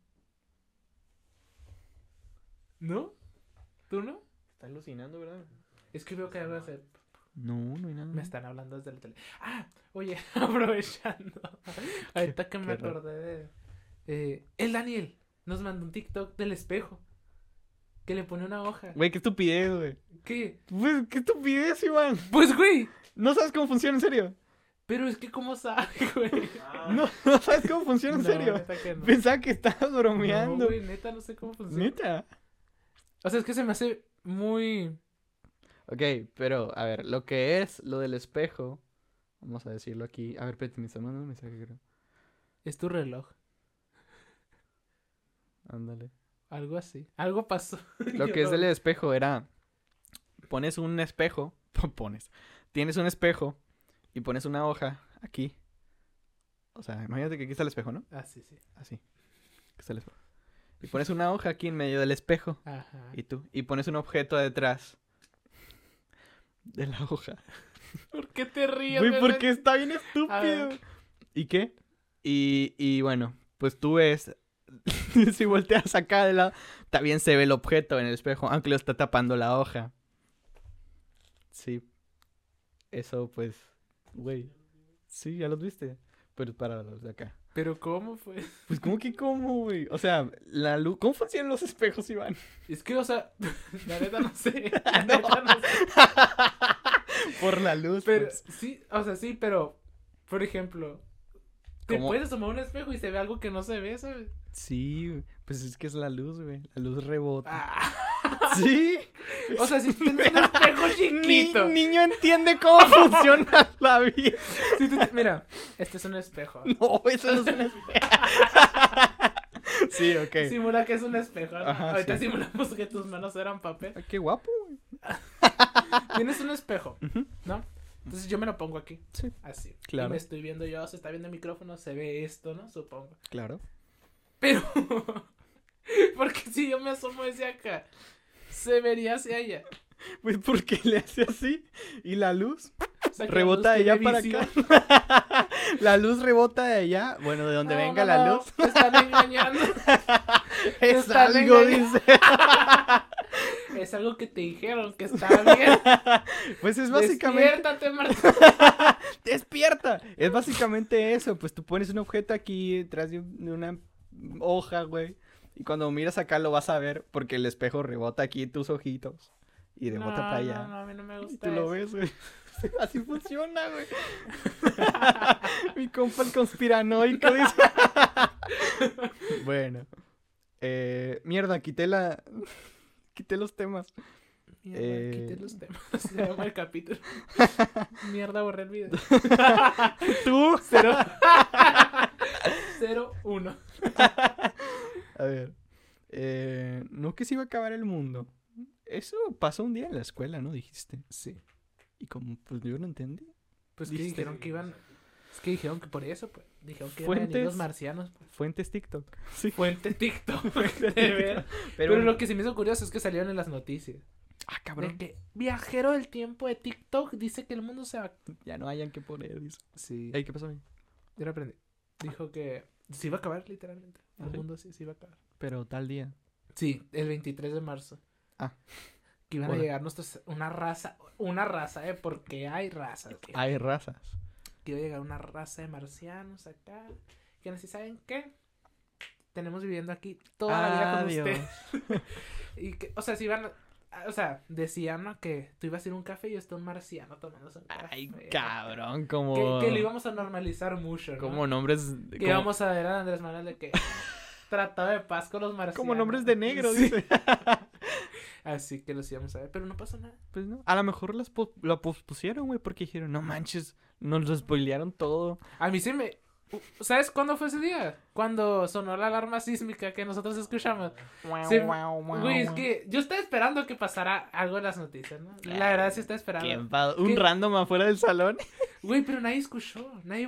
C: ¿No? ¿Tú no?
B: Está alucinando, ¿verdad?
C: Es que veo que algo hace.
B: No, no hay nada.
C: Me están hablando desde el tele. Ah, oye, aprovechando. Ahorita que me
B: qué raro.
C: acordé de. eh, el Daniel nos mandó un TikTok del espejo. Que le pone una hoja.
B: Güey, qué estupidez, güey.
C: ¿Qué?
B: Pues, qué estupidez, Iván.
C: Pues, güey.
B: No sabes cómo funciona, en serio.
C: Pero es que, ¿cómo sabe, güey?
B: No, no sabes cómo funciona, en
C: Ah. No,
B: serio.
C: neta que no.
B: Pensaba que estabas
C: No,
B: bromeando.
C: güey, neta, no sé cómo funciona.
B: Neta.
C: O sea, es que se me hace muy.
B: Ok, pero a ver, lo que es lo del espejo, vamos a decirlo aquí. A ver, Peti, me está mandando un mensaje, creo.
C: Es tu reloj.
B: Ándale.
C: Algo así. Algo pasó.
B: Lo
C: Yo
B: que es e-
C: no-
B: del espejo era, pones un espejo, pones, tienes un espejo y pones una hoja aquí. O sea, imagínate que aquí está el espejo, ¿no?
C: Ah, sí, sí.
B: Así. Aquí está el espejo. Y pones una hoja aquí en medio del espejo.
C: Ajá.
B: Ah. Y tú, y pones un objeto detrás de la hoja.
C: ¿Por qué te ríes?
B: Güey,
C: güey?
B: porque está bien
C: A ver.
B: estúpido. ¿Y qué? Y, y bueno, pues tú ves. si volteas acá de lado, también se ve el objeto en el espejo, aunque lo está tapando la hoja. Sí. Eso, pues. Güey. Sí, ya los viste. Pero para los de acá.
C: Pero, ¿cómo fue?
B: Pues, ¿cómo que cómo, güey? O sea, la luz. ¿Cómo funcionan los espejos, Iván?
C: Es que, o sea, la neta no sé. La neta no sé.
B: Por la luz.
C: Pero
B: pues.
C: sí, o sea, sí, pero, por ejemplo, te
B: ¿Cómo?
C: puedes tomar un espejo y se ve algo que no se ve, ¿sabes?
B: Sí, güey, pues es que es la luz, güey. La luz rebota.
C: Ah,
B: Sí.
C: o sea, si tú tienes un espejo chiquito.
B: Ni- niño entiende cómo funciona la vida.
C: si tú- mira, este es un espejo.
B: No, eso no es una Sí, ok.
C: Simula que es un espejo. ¿no?
B: Ajá,
C: Ahorita
B: sí.
C: simulamos que tus manos eran papel.
B: Ah, Qué guapo, güey.
C: Tienes un espejo,
B: Ujú.
C: ¿no? Entonces yo me lo pongo aquí.
B: Sí.
C: Así.
B: Claro.
C: Y me estoy viendo yo, se está viendo el micrófono, se ve esto, ¿no? Supongo.
B: Claro.
C: Pero. Porque si yo me asomo desde acá, se vería hacia allá.
B: Pues porque le hace así y la luz
C: O sea, Ah, que
B: rebota
C: la
B: de
C: luz
B: allá
C: tiene
B: para
C: visión.
B: acá. la luz rebota de allá, bueno, de donde
C: No,
B: venga
C: no,
B: la
C: no,
B: luz.
C: Me están engañando.
B: Es
C: están
B: algo,
C: engañando.
B: dice.
C: es algo que te dijeron que estaba bien.
B: Pues es básicamente.
C: Despiértate, Marta.
B: ¡Despierta! Es básicamente eso. Pues tú pones un objeto aquí detrás de un- de una hoja, güey. Y cuando miras acá lo vas a ver porque el espejo rebota aquí tus ojitos y
C: No,
B: rebota para allá.
C: no, no, a mí no me
B: Y
C: gusta.
B: tú lo
C: eso.
B: ves, güey. Así funciona, güey. Mi compa el conspiranoico dice. bueno. Eh, mierda, quité la. Quité los temas.
C: Mierda,
B: Eh.
C: quité los temas. Se llama el capítulo. Mierda, borré el video.
B: Tú.
C: Cero. Cero, uno.
B: A ver. eh, no que se iba a acabar el mundo. Eso pasó un día en la escuela, ¿no? Dijiste.
C: Sí.
B: Y como pues yo no entendí.
C: Pues que
B: Dijiste.
C: dijeron que iban. Es que dijeron que por eso, pues. Dijeron que iban a venir
B: Fuentes.
C: los marcianos. pues.
B: Fuentes TikTok.
C: Fuente TikTok. de ver. Pero, lo que se me hizo curioso es que salieron en las noticias.
B: Ah,
C: De
B: cabrón.
C: que viajero del tiempo de TikTok dice que el mundo se va.
B: Ya no hayan que poner, dice.
C: Sí.
B: Ey, ¿qué pasó ahí?
C: Yo lo aprendí. Dijo que se iba a acabar, literalmente. El
B: Ajá.
C: mundo sí se iba a acabar.
B: Pero tal día.
C: Sí, el 23 de marzo.
B: Ah.
C: Que iban
B: Hola.
C: a llegar nuestros. Una raza. Una raza, ¿eh? Porque hay razas. viejo.
B: Hay razas.
C: que iba a llegar una raza de marcianos acá. Que así saben qué. Tenemos viviendo aquí toda la vida con
B: Adiós.
C: ustedes. Y que, o sea, si iban. a- O sea, decían ¿no? que tú ibas a ir a un café y está un marciano tomándose un café.
B: Ay,
C: acá.
B: cabrón,
C: Que,
B: como.
C: que lo íbamos a normalizar mucho, ¿no?
B: Como nombres.
C: que
B: como-
C: íbamos a ver a Andrés Manuel de que trataba de paz con los marcianos.
B: Como nombres de negro,
C: Sí.
B: dice.
C: Así que los íbamos a ver, pero no pasó nada.
B: Pues no. A lo mejor las po- la pospusieron, güey, porque dijeron, no manches, nos lo spoilearon todo.
C: A mí sí me. ¿Sabes cuándo fue ese día? Cuando sonó la alarma sísmica que nosotros escuchamos. Sí, Güey, es que yo estaba esperando que pasara algo en las noticias, ¿no? La verdad sí estaba
B: Qué
C: esperando.
B: enfado. Un
C: ¿Qué?
B: random afuera del salón.
C: Güey, pero nadie escuchó, nadie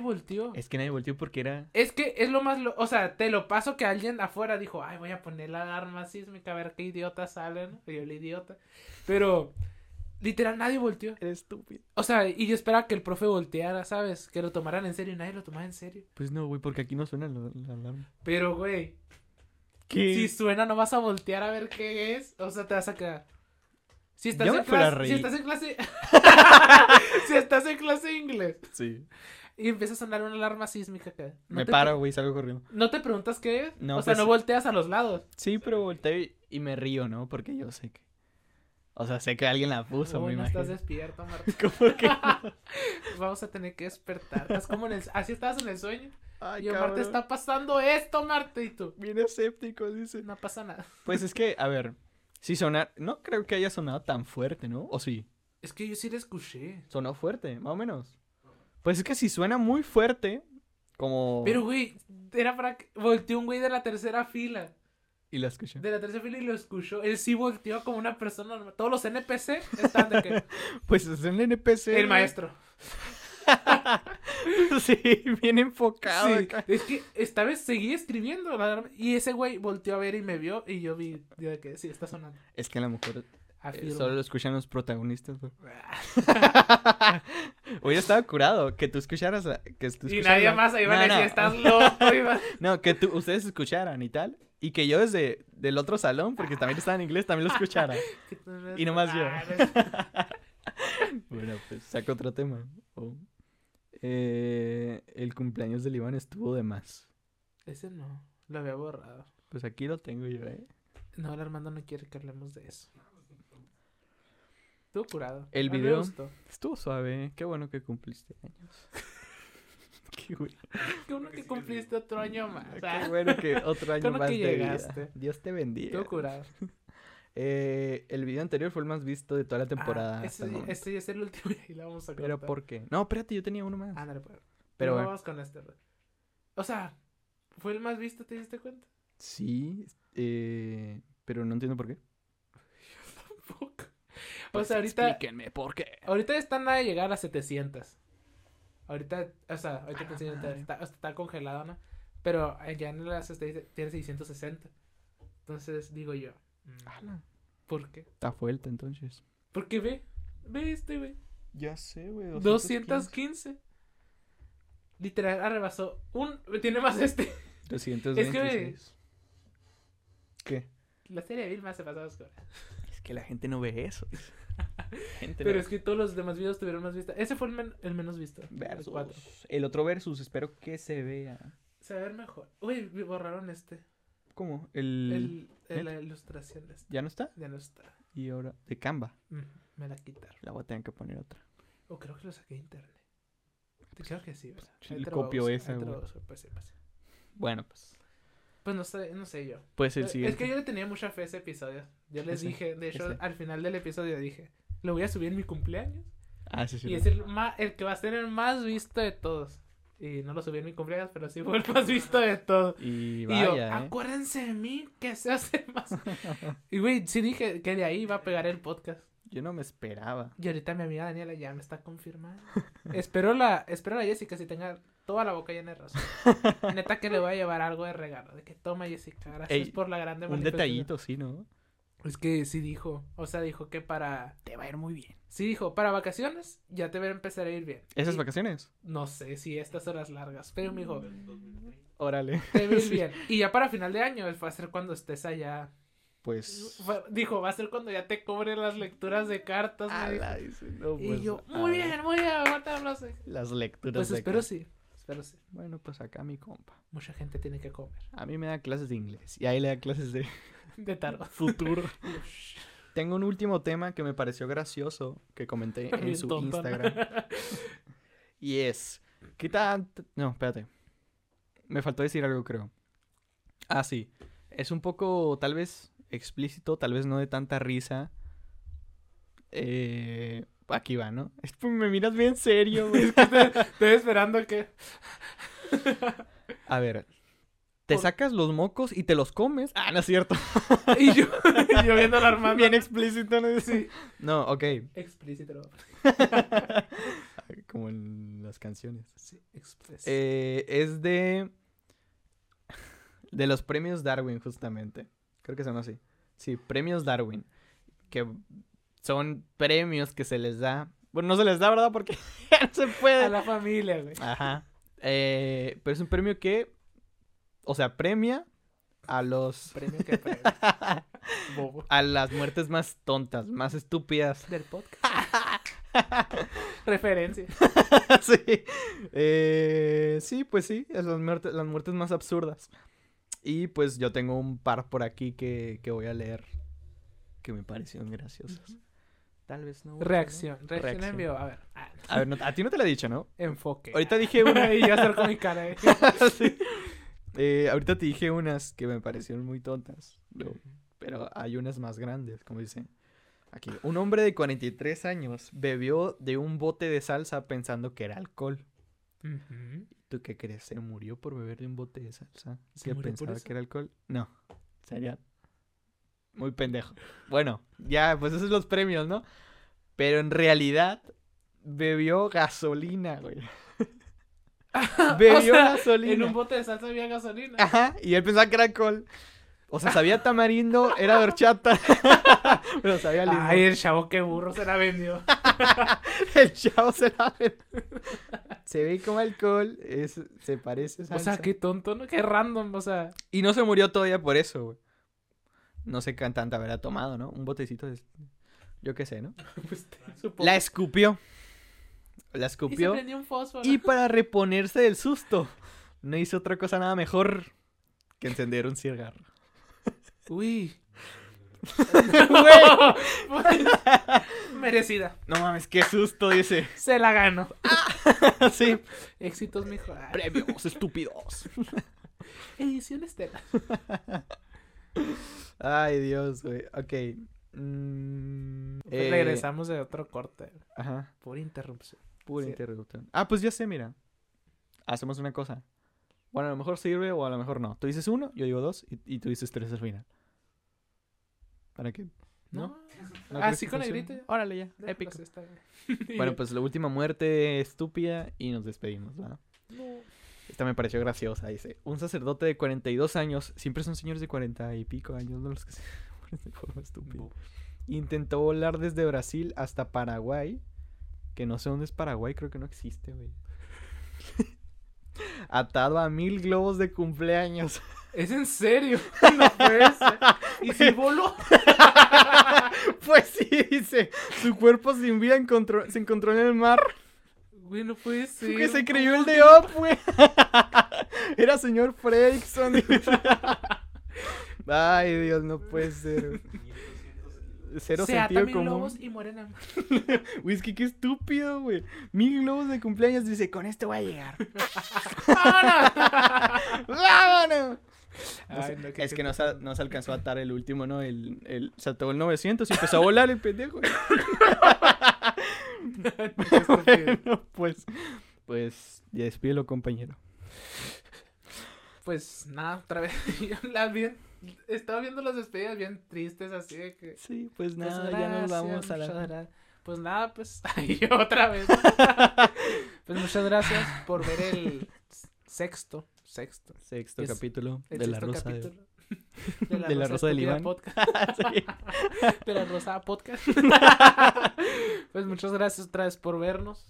C: volteó.
B: Es que nadie volteó porque era.
C: Es que es lo más, lo- o sea, te lo paso que alguien afuera dijo, ay, voy a poner la alarma sísmica a ver qué idiota sale, ¿no? Y yo el idiota. Pero, literal, nadie volteó.
B: Era estúpido.
C: O sea, y yo esperaba que el profe volteara, ¿sabes? Que lo tomaran en serio y nadie lo tomaba en serio.
B: Pues no, güey, porque aquí no suena la, la alarma.
C: Pero, güey,
B: ¿Qué?
C: si suena no vas a voltear a ver qué es. O sea, te vas a quedar. Si estás,
B: Yo me
C: en
B: fuera a
C: clase, si
B: reír.
C: estás en clase... si estás en clase de inglés
B: Sí.
C: y empieza a sonar una alarma sísmica acá. No
B: me
C: te
B: paro, güey, salgo corriendo.
C: pre- No te preguntas qué es.
B: No,
C: o sea,
B: pues-
C: no volteas a los lados.
B: Sí, pero volteo y, y me río, ¿no? Porque yo sé que. O sea, sé que alguien la puso, me
C: Uy, no
B: imagino.
C: estás despierto, Marta. Pues
B: ¿Cómo que no?
C: Vamos a tener que despertar. Estás como en el... Así estabas en el sueño.
B: Ay,
C: y yo, Marta,
B: cabrón.
C: está pasando esto, Marta. Y tú,
B: Bien escéptico, dice.
C: no pasa nada.
B: Pues es que, a ver, si sonar. No creo que haya sonado tan fuerte, ¿no? ¿O sí?
C: Es que yo sí la escuché.
B: Sonó fuerte, más o menos. Pues es que si suena muy fuerte, como.
C: Pero, güey, era para que... Volteó un güey de la tercera fila.
B: Y la escuché.
C: De la tercera fila y lo escuchó. Él sí volteó como una persona normal. Todos los NPC están de que...
B: Pues es un NPC.
C: El
B: güey.
C: maestro.
B: sí, bien enfocado.
C: Sí,
B: acá.
C: es que esta vez seguí escribiendo. la verdad, Y ese güey volteó a ver y me vio y yo vi yo de que sí, está sonando.
B: Es que a lo mejor eh,
C: Afirmo.
B: solo lo escuchan los protagonistas, güey. Hubiera estado curado que tú escucharas. la- que tú
C: Y
B: escucharas
C: nadie
B: la-
C: más ahí va a
B: No,
C: decir,
B: no.
C: estás loco. Iván".
B: No, que tú, ustedes escucharan y tal. Y que yo desde del otro salón, porque también estaba en inglés, también lo escuchara.
C: Que tú no-
B: Y nomás yo.
C: Ah, no es-
B: Bueno, pues saco otro tema. Oh. Eh, el cumpleaños del Iván estuvo de más.
C: Ese no, lo había borrado.
B: Pues aquí lo tengo yo, ¿eh?
C: No, el Armando no quiere que hablemos de eso. Estuvo curado.
B: El
C: A mí me
B: video.
C: gustó.
B: Estuvo suave. Qué bueno que cumpliste años. Qué bueno,
C: Qué bueno que cumpliste otro año más. ah.
B: qué bueno Ah, que otro año
C: bueno
B: más
C: que
B: de vida.
C: llegaste.
B: Dios te bendiga.
C: Estuvo curado.
B: este Eh, el video anterior fue el más visto de toda la temporada.
C: Ah,
B: hasta el
C: ese,
B: momento.
C: ese ya es el último y la vamos a
B: Pero
C: cortar.
B: ¿por qué? No, espérate, yo tenía uno más.
C: Ándale, pues.
B: Pero
C: Pero
B: bueno.
C: vamos con este. pues. O sea, fue el más visto, ¿te diste cuenta?
B: Sí, eh, pero no entiendo por qué.
C: Tampoco. o
A: Pues
C: sea, ahorita,
A: Explíquenme por qué.
C: ahorita están a llegar a 700. Ahorita, o sea,
B: Ah,
C: ahorita te enseño, está, está- está congelado, ¿no? Pero allá en las estadísticas tiene 660. Entonces digo yo, mm,
B: Ala,
C: ¿por qué?
B: Está fuerte entonces.
C: Porque ve, ve este, güey.
B: Ya sé, güey.
C: 215. Literal, arrebasó un. Tiene más este.
B: 226. ¿Qué?
C: La serie de Vilma se pasaba oscura.
A: Es que la gente no ve eso. gente
C: Pero es que todos los demás videos tuvieron más vistas. Ese fue el, men- el menos visto. de los cuatro.
B: Versus. El otro versus, espero que se vea.
C: Se va a ver mejor. Uy, borraron este.
B: ¿Cómo? El...
C: El, el-
B: ¿Neta?
C: la ilustración de este.
B: ¿Ya no está?
C: Ya no está.
B: Y ahora... De Canva.
C: Mm, Me la quitaron.
B: La voy a tener que poner otra.
C: O creo que lo saqué de internet. Creo que sí, ¿verdad?
B: sí,
C: Ahí
B: le
C: te lo voy a
B: copio
C: buscar,
B: esa,
C: ahí te lo
B: güey.
C: voy a buscar, pues, sí, pues, sí.
B: Bueno, pues.
C: Pues no sé, no sé yo.
B: Pues el
C: Eh,
B: siguiente.
C: Es que yo le tenía mucha fe a ese episodio. Yo les
B: Ese,
C: dije, de hecho,
B: ese.
C: al final del episodio dije, lo voy a subir en mi cumpleaños.
B: Ah, sí, sí.
C: Y
B: lo-
C: es el, ma- el que va a ser el más visto de todos. Y no lo subí en mi cumpleaños, pero sí fue el más visto de todos.
B: Y
C: Y
B: vaya,
C: yo, ah,
B: ¿eh?
C: acuérdense de mí que se hace más. y güey, sí dije que de ahí iba a pegar el podcast.
B: Yo no me esperaba.
C: Y ahorita mi amiga Daniela ya me está confirmando. espero la, espero la Jessica si tenga toda la boca llena de rosas. Neta que le voy a llevar algo de regalo. De que toma Jessica, gracias
B: Ey,
C: por la grande
B: Un
C: manifestación".
B: detallito, sí, ¿no?
C: Es que sí dijo, o sea, dijo que para,
A: Te va a ir muy bien.
C: sí dijo, para vacaciones ya te va a empezar a ir bien.
B: Esas
C: Y
B: vacaciones.
C: No sé si estas horas largas, pero me dijo,
B: Órale.
C: te va a ir
B: Sí.
C: bien. Y ya para final de año, él va a ser cuando estés allá.
B: Pues.
C: Fue- Dijo, va a ser cuando ya te cobre las lecturas de cartas. me dijo.
B: ala, dice, no,
C: Y
B: pues,
C: yo,
B: a
C: muy
B: ver,
C: bien, muy bien, aguanta el aplauso".
B: Las lecturas
C: Pues
B: de
C: espero
B: acá.
C: sí, espero sí.
B: Bueno, pues acá mi compa.
C: Mucha gente tiene que comer.
B: A mí me da clases de inglés y ahí le da clases de
C: De tarot.
B: futuro. Tengo un último tema que me pareció gracioso que comenté en
C: Bien
B: su
C: tonto, ¿no?
B: Instagram. Y es. ¿Qué tanto? No, espérate. Me faltó decir algo, creo. Ah, sí. Es un poco, tal vez, explícito, tal vez no de tanta risa. Eh, aquí va, ¿no? Es- pues, Me miras bien serio, güey.
C: Estoy esperando que...
B: A ver. Te
C: Por-
B: sacas los mocos y te los comes. Ah, no es cierto.
C: Y yo, y yo viendo a Armando.
B: Bien explícito, ¿no?
C: Sí.
B: No, ok.
C: Explícito.
B: Como en las canciones.
C: Sí, explícito.
B: Eh, es de. De los premios Darwin, justamente. Creo que son así. Sí, premios Darwin. Que son premios que se les da. Bueno, no se les da, ¿verdad? Porque no se
C: a
B: puede.
C: la familia, güey.
B: Ajá. Eh, pero es un premio que. O sea, premia a los.
C: Premio que premio. Bobo.
B: A las muertes más tontas, más estúpidas.
C: Del podcast. Referencia.
B: sí. Eh, sí, pues sí, es las muertes, las muertes más absurdas. Y pues yo tengo un par por aquí que, que voy a leer que me parecieron graciosas. Tal vez no.
C: Reacción. Reacción,
B: Reacción.
C: en vivo. A ver. Ah,
B: A ver, no- a ti no te la he dicho, ¿no?
C: enfoque. Ah.
B: Ahorita dije una.
C: y yo acerco mi cara, güey.
B: Sí. Eh, ahorita te dije unas que me parecieron muy tontas. ¿no? Pero hay unas más grandes, como dice. Aquí. Un hombre de 43 años bebió de un bote de salsa pensando que era alcohol.
C: Ujú.
B: ¿Tú qué crees? ¿Se murió por beber de un bote de salsa?
C: ¿Se
B: ¿Que
C: murió por
B: pensaba
C: eso?
B: que era alcohol? No. Sería muy pendejo. Bueno, ya, pues esos son los premios, ¿no? Pero en realidad bebió gasolina, güey. bebió
C: O sea,
B: gasolina.
C: En un bote de salsa había gasolina.
B: Ajá, y él pensaba que era alcohol. O sea, sabía tamarindo, era de horchata. Pero sabía limón.
C: Ay, el chavo que burro se la vendió.
B: El chavo se la ve. Se ve como alcohol, es- se parece a
C: O sea,
B: salsa.
C: qué tonto, ¿no? Qué random, o sea.
B: Y no se murió todavía por eso, güey. No sé qué tanta habrá tomado, ¿no? Un botecito de... Yo qué sé, ¿no?
C: pues, supongo.
B: La escupió. La
C: Y se
B: escupió.
C: prendió un fósforo.
B: Y para reponerse del susto, no hizo otra cosa nada mejor que encender un cigarro.
C: Uy.
B: Güey.
C: Merecida.
B: No mames, qué susto, dice.
C: Se la ganó.
B: sí.
C: Éxitos, mijo. Ah,
B: Premios, estúpidos.
C: Edición Estela.
B: Ay, Dios, güey. Ok. Mm, eh,
C: Regresamos de otro corte.
B: Ajá.
C: Por interrupción.
B: Pura
C: Sí.
B: interrupción. Ah, pues ya sé, mira. Hacemos una cosa. Bueno, a lo mejor sirve o a lo mejor no. Tú dices uno, yo digo dos y, y tú dices tres al final. ¿Para qué? ¿No? Ah, ¿No crees
C: Así
B: que
C: Ah, con el
B: funcione?
C: grito.
B: Órale, ya.
C: Déjalo
B: Épico.
C: así, está bien.
B: Bueno, pues la última muerte estúpida y nos despedimos, ¿verdad?
C: No.
B: Esta me pareció graciosa. Dice: Un sacerdote de 42 años, siempre son señores de 40 y pico años, no los que se mueren de forma estúpida. Intentó volar desde Brasil hasta Paraguay, que no sé dónde es Paraguay, creo que no existe, güey. Atado a mil globos de cumpleaños.
C: Es en serio. No puede ser. Y si voló.
B: pues sí, dice: Su cuerpo sin vida encontró- se encontró en el mar.
C: Güey, no puede ser.
B: que se creyó el de Up, güey. Era señor Fredrickson. Ay, Dios, no puede ser. güey. Cero
C: Se atan
B: sentido
C: mil
B: común.
C: lobos y mueren a
B: Güey, es que qué estúpido, güey. Mil globos de cumpleaños dice, con este voy a llegar.
C: ¡Vámonos!
B: ¡Vámonos! No sé,
C: Ay, no, qué-
B: es
C: qué
B: que no se,
C: cosa.
B: no se alcanzó a atar el último, ¿no? El, el, se ató el 900 y empezó a volar el pendejo.
C: Qué estúpido.
B: Bueno, pues, pues, ya despídelo, compañero.
C: Pues nada, otra vez. Yo la bien. Estaba viendo las despedidas bien tristes, así de que.
B: Sí, pues
C: pues,
B: nada, ya nos
C: gracias,
B: vamos a
C: muchas
B: la...
C: gra- Pues nada, pues. ahí otra vez. pues muchas gracias por ver el sexto. Sexto.
B: Sexto
C: Es-
B: capítulo
C: El
B: de la
C: sexto
B: rosa de-
C: capítulo
B: de La Rosa del
C: Estúpida
B: Iván.
C: Podcast.
B: Ah, Sí.
C: de la Rosa Podcast. pues muchas gracias otra vez por vernos.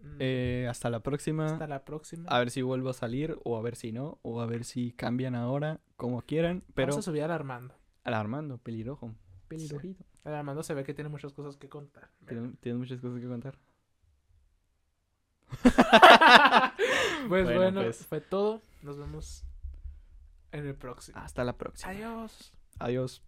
C: Mm,
B: Eh, ah, hasta la próxima.
C: Hasta la próxima.
B: A ver si vuelvo a salir o a ver si no, o a ver si cambian ahora, como quieran, pero
C: Vamos a subir al Armando.
B: alarmando, pelirrojo. Pelirrojito.
C: El Armando se ve que tiene muchas cosas que contar.
B: Tienes, tienes muchas cosas que contar.
C: pues
B: Bueno,
C: bueno,
B: pues.
C: fue todo. Nos vemos en el próximo.
B: Ah. Hasta la próxima.
C: Adiós.
B: Adiós.